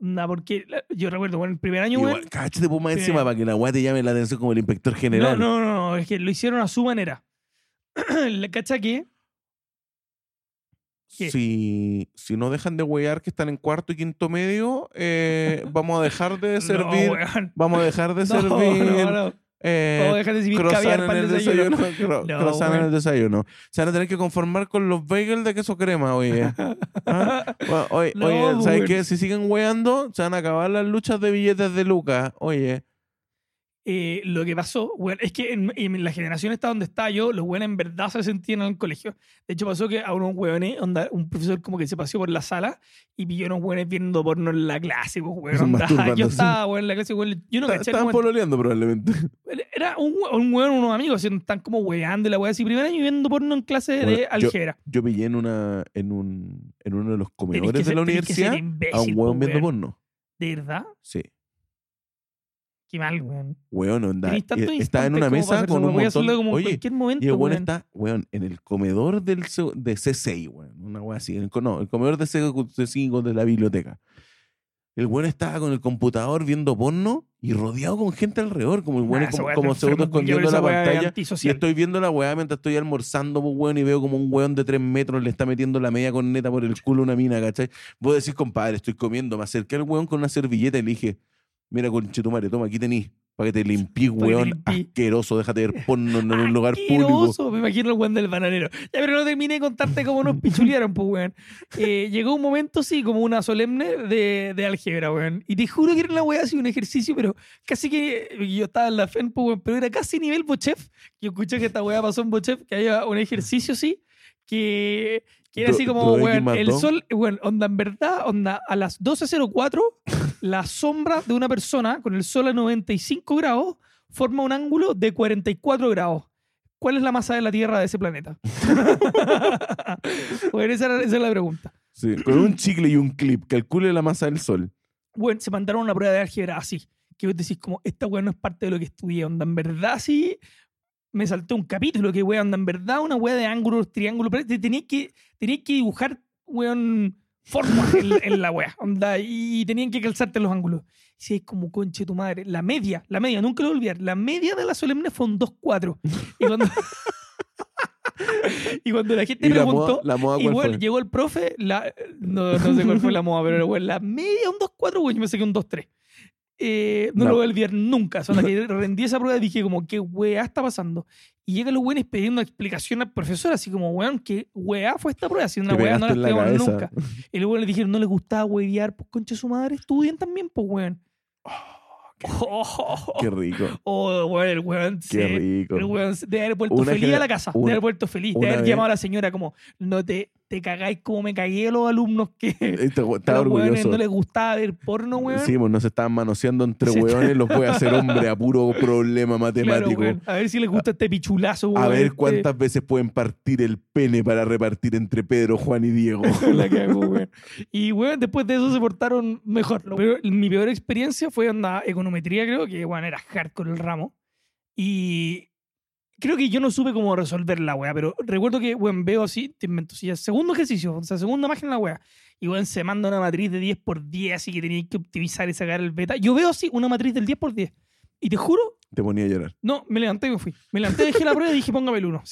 Onda, porque la- yo recuerdo, bueno, el primer año, Igual, weón, cáchate por más Sí. encima para que la hueá te llame la atención como el inspector general. No, no, no, es que lo hicieron a su manera. *clears throat* la cacha que, ¿qué? Si, si no dejan de huear que están en cuarto y quinto *laughs* medio, eh, vamos a dejar de servir. No, weón. Vamos a dejar de *laughs* No, servir no, no. eh, O déjate si croissant caviar en para el desayuno. *laughs* cro- No, croissant en weón. el desayuno. Se van a tener que conformar con los bagels de queso crema, *laughs* oye. Ah, bueno, Oye, No, oye, ¿sabes weón. qué? Si siguen weando, se van a acabar las luchas de billetes de Lucas. Oye, Eh, lo que pasó, weón, es que en, en la generación esta donde estaba yo, los weones en verdad se sentían en el colegio. De hecho, pasó que a unos weones, onda, un profesor como que se paseó por la sala y pilló a unos weones viendo porno en la clase, pues, *laughs* weón, Son onda. masturbándose. Yo estaba, weón, en la clase, weón, yo no está- caché el estaban momento. pololeando probablemente. *laughs* Era un, we- un weón, unos amigos, así, están como weando y la wea así. Primero año viendo porno en clase Bueno, de yo- algebra. Yo pillé en, una, en, un, en uno de los Tenés comedores que de ser- la tenés que ser universidad imbécil, a un pues, weón viendo weón. porno. ¿De verdad? Sí. Qué mal, weón. Weón, onda. Tenés tantos eh, Está en una instantes como para mesa hacer con un esa wea, voy a hacerlo montón... como en Oye, cualquier y el momento, weón weón. está, weón, en el comedor del, seg- de C6, weón. Una weá así. En el, co- no, el comedor de C5 de la biblioteca. El weón estaba con el computador viendo porno y rodeado con gente alrededor. Como el weón Nah, Ah, esa como, wea como está pseudo enfermo, yo creo escondiendo que la esa wea es pantalla. Y antisocial. estoy viendo la weá mientras estoy almorzando, pues, weón, y veo como un weón de tres metros le está metiendo la media con neta por el culo a una mina, ¿cachai? Vos decís, compadre, estoy comiendo. Me acerqué al weón con una servilleta y le dije, mira, conchetumare, toma, aquí tenís. Para que te limpies, que te weón, limpies. asqueroso. Déjate ver porno en un lugar público. *laughs* Asqueroso, Me imagino el weón del bananero. Ya, pero no terminé de contarte cómo nos pichulearon, pues, weón. Eh, llegó un momento, sí, como una solemne de, de álgebra, weón. Y te juro que era una weá así, un ejercicio, pero casi que y yo estaba en la FEN, pues, weón, pero era casi nivel Bochef. Yo escuché que esta weá pasó en Bochef, que había un ejercicio, sí, que, que era Dro- así como, Drodeck y weón, el Mató. sol, weón, onda, en verdad, onda, a las 12.04, la sombra de una persona con el sol a 95 grados forma un ángulo de 44 grados. ¿Cuál es la masa de la Tierra de ese planeta? *laughs* Bueno, esa, era- esa es la pregunta. Sí, con un chicle y un clip, calcule la masa del sol. Bueno, se mandaron una prueba de álgebra así. Que vos decís, como, esta weá no es parte de lo que estudié, onda, en verdad sí. Me salté un capítulo que, weón, onda, en verdad una weá de ángulos, triángulos, pero te tenías que, tenías que dibujar, weón, formas en, *laughs* en la weá, onda, y tenían que calzarte los ángulos. Y si es como, conche tu madre, la media, la media, nunca lo voy a olvidar, la media de la solemne fue un 2-4. *laughs* Y cuando, *laughs* y cuando la gente Y la preguntó, moda, la moda y cuál bueno, fue? llegó el profe, la, no, no sé cuál fue la moda, pero era, bueno, la media, un 2-4, güey, yo me saqué un 2-3. Eh, no, No. lo voy a olvidar nunca. O sea, la *laughs* que rendí esa prueba dije como, ¿qué weá está pasando? Y llegan los güeyes pidiendo explicación al profesor, así como, weón, ¿qué weá fue esta prueba? Si una Te weá no la pegaste en la explicamos cabeza. nunca. *laughs* Y luego le dijeron, no les gustaba huevear, pues concha su madre, estudien también, pues weón. *laughs* Oh, Qué *laughs* rico, oh, weón, el weón qué se rico. el weón se- de haber vuelto Una feliz a la genera- casa, de una- haber vuelto feliz, de una haber vez- llamado a la señora como, no te, te cagáis como me cagué a los alumnos que Este güey *laughs* a Estaba los weones orgulloso. no les gustaba ver porno, weón. Sí, pues nos estaban manoseando entre Se está- hueones, los voy a hacer hombre a puro problema *laughs* Claro, matemático. weón. A ver si les gusta este pichulazo, weón. a ver este- cuántas veces pueden partir el pene para repartir entre Pedro, Juan y Diego. *laughs* *laughs* La cago, weón. Y, weón, después de eso se portaron mejor. Lo peor- mi peor experiencia fue en la econometría, creo que, weón, era hardcore el ramo. Y creo que yo no supe cómo resolver la weá, pero recuerdo que, weón, veo así, te invento, si el segundo ejercicio, o sea, segunda imagen en la weá. Y, weón, se manda una matriz de 10 por 10, así que tenías que optimizar y sacar el beta. Yo veo así una matriz del 10 por 10. Y te juro Te ponía a llorar. no, me levanté y me fui. Me levanté, dejé la prueba y dije, póngame *laughs* el 1.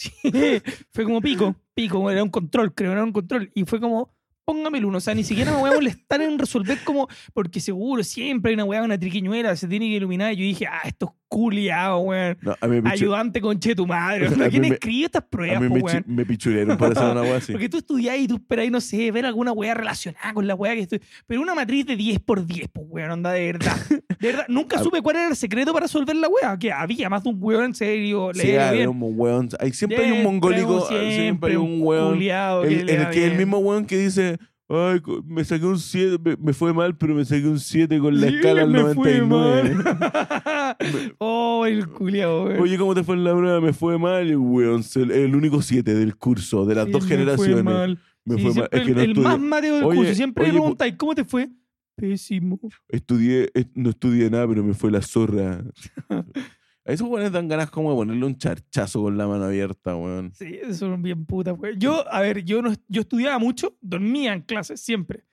Fue como pico, pico, era un control, creo, era un control. Y fue como, póngame el 1. O sea, ni siquiera me voy a molestar en resolver como, porque seguro siempre hay una weá, una triquiñuela, se tiene que iluminar. Y yo dije, ah, estos culiados, weón. No, a mí me, pichu- Ayudante conche tu *laughs* madre. A ¿no? mí ¿Quién me- escribe estas a pruebas, mí po, me pues, weón? chi- me pichulearon para hacer una hueá *laughs* así. Porque tú estudiás y tú esperás, no sé, ver alguna weá relacionada con la weá que estoy. Pero una matriz de 10 por 10, pues weón, onda de *laughs* verdad. De verdad, nunca Ah. supe cuál era el secreto para resolver la weá. Que había más de un weón en serio. Sí, leía había bien. un hueón. Hay, siempre hay un Siempre, mongólico, un siempre, hay siempre, un hueón. culiao El, lea el que el bien. mismo weón que dice, ay, co- me saqué un 7, me, me fue mal, pero me saqué un 7 con la Sí, escala al me *laughs* fue 99. mal. *laughs* oh, el culiao, weón. Oye, ¿cómo te fue en la prueba? Me fue mal, y, weón. se- El único 7 del curso, de las Sí, dos me fue generaciones. mal. Me Sí, fue mal. siempre Es que el, no el estudié. más mateo del Oye, curso. Siempre oye, le pu- preguntáis, ¿cómo te fue? Pésimo. Estudié, est- no estudié nada, pero me fue la zorra. A *laughs* esos weones dan ganas como de ponerle un charchazo con la mano abierta, weón. Sí, son bien putas, güey. Yo, a ver, yo, no, yo estudiaba mucho, dormía en clases siempre.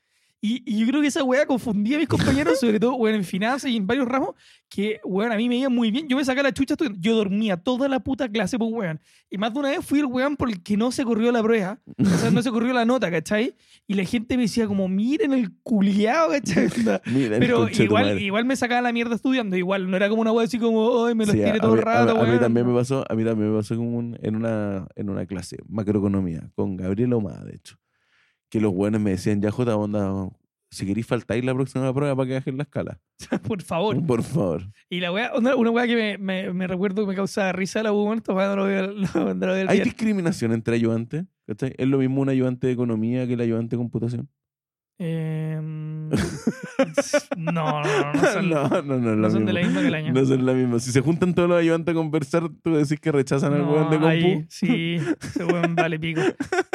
Y, y yo creo que esa weá confundía a *laughs* mis compañeros, sobre todo weón, en finanzas y en varios ramos, que weón, a mí me iba muy bien. Yo me sacaba la chucha estudiando. Yo dormía toda la puta clase, pues weón. Y más de una vez fui el weón por el que no se corrió la prueba, o sea, no se corrió la nota, ¿cachai? Y la gente me decía, como, miren el culiao, ¿cachai? Onda, Mira, *laughs* el Pero conche de tu igual, madre. igual me sacaba la mierda estudiando, igual. No era como una weá así como, ay, me los Sí, a- tiré a todo mí- el rato, a, mí- a mí weón". *laughs* también me pasó, a mí también me pasó con un- en, una, en una clase, macroeconomía, con Gabriel Omada, de hecho. Que los buenos me decían, ya Jota, onda, si queréis faltáis la próxima prueba para que bajen la escala. Por favor. *laughs* Por favor. Y la weá, una, una weá que me, me, me recuerdo que me causaba risa la hubo esto, no lo voy a, *laughs* no, no lo voy a ¿Hay olvidar. discriminación entre ayudantes? ¿Cachai? ¿Es lo mismo un ayudante de economía que el ayudante de computación? *laughs* Em, no, no, no, no son, no, no, no, es no lo son de la mismo. misma que el año. No son la misma. Si se juntan todos los ayudantes a conversar, tú decís que rechazan al No, weón de compu. ahí, sí, *laughs* ese weón vale pico.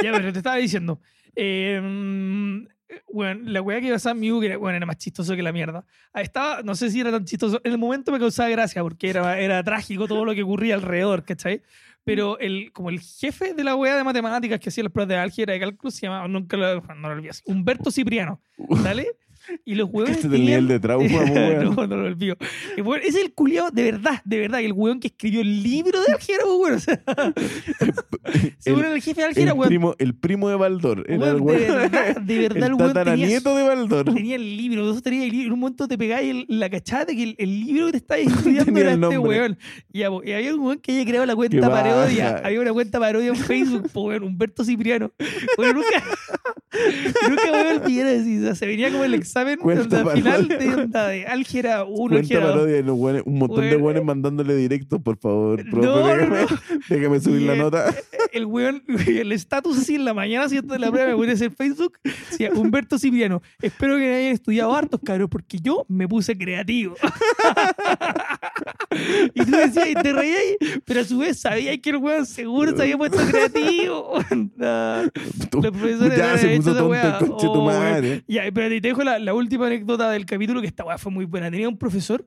Ya, pero te estaba diciendo. em, weón, la weá que pasaba en mi U, que era, weón, era más chistoso que la mierda. Ah, Estaba, no sé si era tan chistoso. En el momento me causaba gracia porque era, era trágico todo lo que ocurría alrededor, ¿cachai? Pero el, como el jefe de la weá de matemáticas que hacía las pruebas de álgebra y cálculo se llamaba, nunca lo, no lo olvidé, así, Humberto Cipriano, *laughs* ¿dale? Y los Que huevos. Este es el nivel de trauma, pues, *laughs* weón. no, no lo olvido. El weón- ese es el culiado de verdad, de verdad. El weón que escribió el libro de Algera, pues, weón. O sea, según El- *laughs* *laughs* el, jefe de el, Algera, weón. primo, el primo de Baldor. Era el weón, de weón. verdad, de verdad, el, el weón tenía, tataranieto de Baldor. tenía el libro. Vos tenías el libro. En un momento te pegáis el- la cachada de que el, el libro que te estáis *laughs* estudiando Tenía era el este nombre. weón. Y, ya, po, y había un weón que había creado la cuenta baja. parodia. Había una cuenta parodia en Facebook, po, weón, Humberto Cipriano. Weón, nunca, *laughs* nunca voy a olvidar así. O sea, se venía como el examen Cuenta onda, final parodia, de, onda, de Álgera 1, Cuenta Álgera 2. parodia de los weones, un montón de Weón. weones mandándole directos, por favor, No, profe, no, déjame, no. *laughs* déjame subir Y la el- nota. *laughs* el weón, *laughs* el estatus así en la mañana haciendo la prueba, me pones en Facebook, decía Humberto Cipriano, espero que hayan estudiado hartos, cabros, porque yo me puse creativo. *laughs* y tú decías, y te reías, pero a su vez sabías que el weón seguro se había puesto creativo. *laughs* Onda. Tú- Los profesores ya no se han puso tonto hecho esa el weá. coche tu Oh, weón. madre. Ya, espérate, y te dejo la, la última anécdota del capítulo, que esta weá fue muy buena. Tenía un profesor,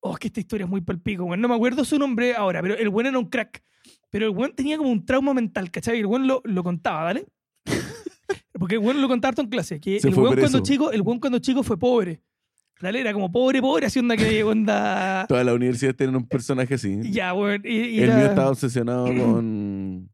oh, es que esta historia es muy palpico, weón. No me acuerdo su nombre ahora, pero el buen era un crack. Pero el buen tenía como un trauma mental, ¿cachai? Y el buen lo, lo contaba, ¿vale? *laughs* Porque el buen lo contaba harto en clase, que Se el fue buen cuando preso. chico, el buen cuando chico fue pobre. ¿Vale? Era como pobre, pobre, así onda que onda. *laughs* Todas las universidades tienen un personaje así. ya, weón. y- y el era- mío estaba *clears throat* obsesionado con,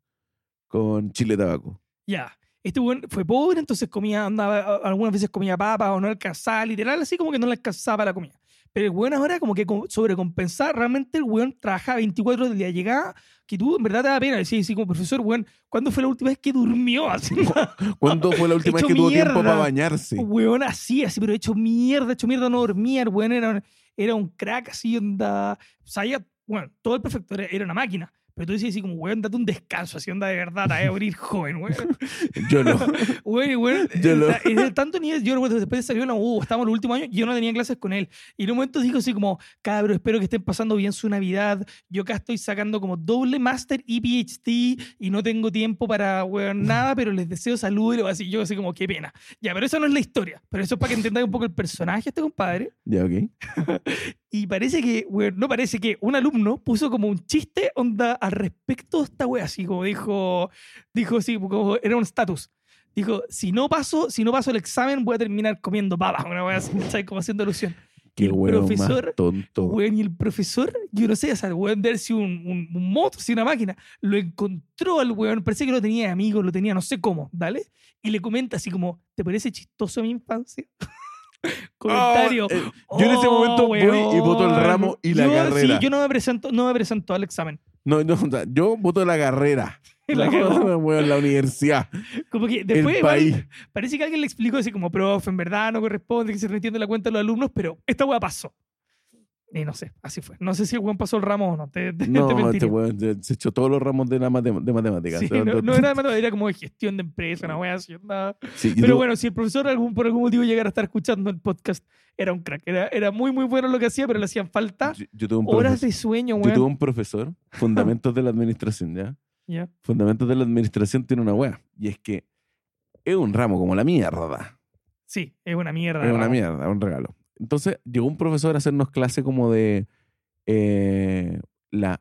con chile tabaco. Ya. Este weón fue pobre, entonces comía, andaba, a- algunas veces comía papas o no alcanzaba, literal, así como que no le alcanzaba la comida. Pero el weón ahora como que co- sobrecompensar, realmente el weón trabajaba 24 horas del día, llegaba, que tú en verdad te da pena decir, así como profesor, weón, ¿cuándo fue la última vez que durmió? *laughs* Así, ¿Cuándo fue *clears throat* la última vez Hecho que tuvo tiempo mierda. para bañarse? *laughs* Weón así, así, pero hecho mierda, hecho mierda, no dormía, el weón era, un- era un crack así, onda, sabía, bueno, todo el perfecto, era, era una máquina. Pero tú decías así como, weón, date un descanso, así onda de verdad, te vas a morir *laughs* joven, weón. Yo no. Güey, güey, Yo lo- o sea, es de tanto nivel, yo recuerdo, después salió en la U, estábamos en el último año, yo no tenía clases con él. Y en un momento dijo así como, cabro, espero que estén pasando bien su Navidad, yo acá estoy sacando como doble máster y PhD y no tengo tiempo para, weón, nada, pero les deseo salud y lo así. Yo así como, qué pena. Ya, pero eso no es la historia, pero eso es para que entendáis un poco el personaje este compadre. Ya, ok. Y parece que, weón, no parece que un alumno puso como un chiste onda al respecto de esta wea, así como dijo, dijo así, como era un status. Dijo, si no paso, si no paso el examen voy a terminar comiendo papas, una wea así, ¿cachai? como haciendo alusión. Qué El weón profesor- más tonto. Weón, y el profesor, yo no sé, o sea, el weón de haber sido un, un, un moto, si una máquina, lo encontró al weón, parece que lo tenía de amigo, lo tenía no sé cómo, ¿vale? Y le comenta así como, ¿te parece chistoso mi infancia? *laughs* Comentario. Oh, eh, yo en ese Oh, momento voy y voto el weón. ramo y la Yo, carrera. Sí, yo no me presento, no me presento al examen. No, no, o sea, yo voto la carrera. *laughs* La La, *laughs* cagó. weón, la universidad. Como que después el igual, país. parece que alguien le explicó así como, profe, en verdad no corresponde que se retiende la cuenta de los alumnos, pero esta weá pasó. Y no sé, así fue. No sé si el weón pasó el ramo o no. Te, *laughs* *laughs* te- te No, mentiría. este weón se- se echó todos los ramos de, la matem- de matemáticas. Sí, O sea, no, no- no era de matemática, era como de gestión de empresa, una wea así, onda. *laughs* Sí, y Pero tú- bueno, si el profesor algún, por algún motivo llegara a estar escuchando el podcast, era un crack. Era, era muy, muy bueno lo que hacía, pero le hacían falta yo, yo tuve un horas profesor- de sueño, yo tuve weón. un *laughs* profesor, Fundamentos de la Administración, ¿ya? Ya. Fundamentos de la Administración tiene una wea. Y es que es un ramo como la mierda. Sí, es una mierda. Es una Ramón. mierda, un regalo. Entonces llegó un profesor a hacernos clase como de eh, la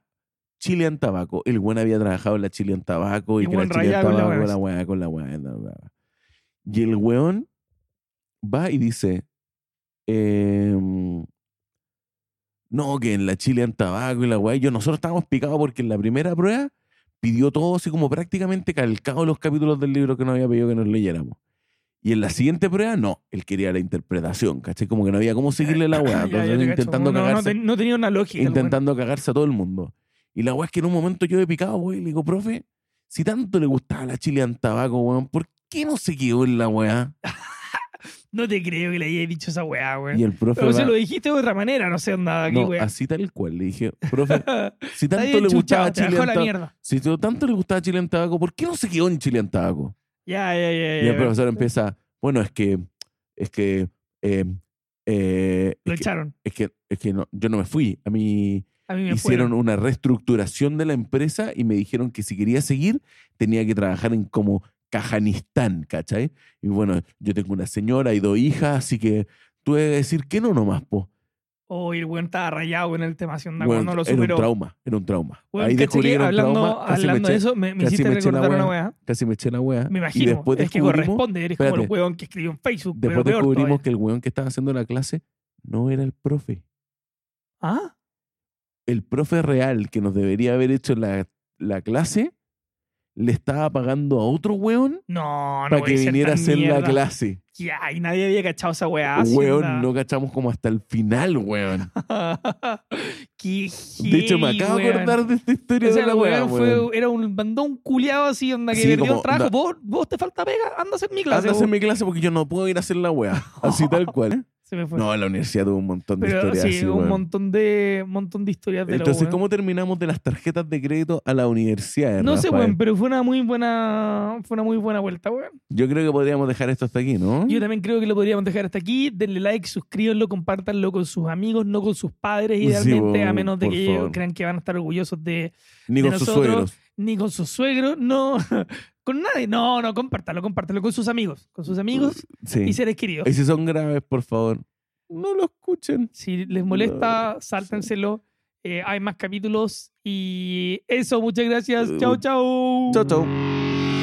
Chilean Tabaco. El buen había trabajado en la Chilean Tabaco y, Y que la buen Chilean rayado con la Tabaco weá. la weá, con la weá. la weá. Y el weón va y dice, em, no, que en la Chile han tabaco y la weá. Y Yo, nosotros estábamos picados porque en la primera prueba pidió todo así como prácticamente calcado los capítulos del libro que nos había pedido que nos leyéramos. Y en la siguiente prueba, no, él quería la interpretación, ¿cachai? Como que no había cómo seguirle la weá. *laughs* Ya, ya Entonces, te cacho. intentando no, no, cagarse ten- no tenía una lógica. el weón. intentando cagarse a todo el mundo. Y la weá es que en un momento yo he picado, güey, le digo, profe, si tanto le gustaba la chilean tabaco, weón, ¿por qué no se quedó en la weá? No te creo que le hayas dicho esa weá, weón. Y el profe, Pero se va- lo dijiste de otra manera, no sé nada aquí, no, weón. así tal cual, le dije, *laughs* profe, Está si tanto bien le gustaba chuchado, te chilean bajó la tabaco, mierda. si to- tanto le gustaba chilean tabaco, ¿por qué no se quedó en chilean tabaco? Ya, ya, ya. y ya, el profesor empieza, bueno, es que, es que, eh, eh, Lo es, que echaron. es que, es que no, yo no me fui, a mí A mí me hicieron fueron. una reestructuración de la empresa y me dijeron que si quería seguir tenía que trabajar en como Cajanistán, ¿cachai? Y bueno, yo tengo una señora y dos hijas, así que tuve que decir que no nomás, po. Oh, y el weón estaba rayado en el tema, si onda, Bueno, cuando no lo era un superó. trauma, era un trauma. Weón, Ahí caché descubrí que que era un hablando, trauma, casi me, hablando de eché, eso, me, me casi hiciste me eché la recordar una weá. weá. casi me eché la wea. Me Y imagino. después es que descubrimos, corresponde, eres como el espérate. weón que escribió en Facebook. después pero peor descubrimos todavía. que el weón que estaba haciendo la clase no era el profe. ¿Ah? El profe real que nos debería haber hecho la, la clase le estaba pagando a otro weón Ah, No, no. para que puede ser viniera a tan hacer la mierda. clase. Ya, y nadie había cachado esa weá. si Weón, onda. no cachamos como hasta el final, *laughs* weón. Qué De hecho, me heavy, acabo de weón. acordar de esta historia O sea, de la weá, weón, fue- weón. era un bandón culiado así, onda que Sí, perdió como, el trabajo. da- Vos, vos te falta pega, andas en mi clase. Anda a hacer vos. mi clase porque yo no puedo ir a hacer la weá. *laughs* Así tal cual. Se me fue. No, en la universidad tuvo un montón de Pero historias sí, así, un weón. montón de montón de historias de Entonces, lo, weón. ¿cómo terminamos de las tarjetas de crédito a la universidad? No sé, Rafael? weón, pero fue una muy buena fue una muy buena vuelta, weón. Yo creo que podríamos dejar esto hasta aquí, ¿no? Yo también creo que lo podríamos dejar hasta aquí. Denle like, suscríbanlo, compártanlo con sus amigos, no con sus padres, Sí, idealmente, weón, a menos de por que ellos favor. crean que van a estar orgullosos de, Ni de con sus nosotros, suegros. ni con sus suegros, no, *laughs* con nadie. No, no, compártalo, compártalo con sus amigos, con sus amigos Sí. y seres queridos. Y si son graves, por favor, no lo escuchen. Si les molesta, sáltenselo. Eh, hay más capítulos y eso, muchas gracias. Chao, chao. Chao, chao.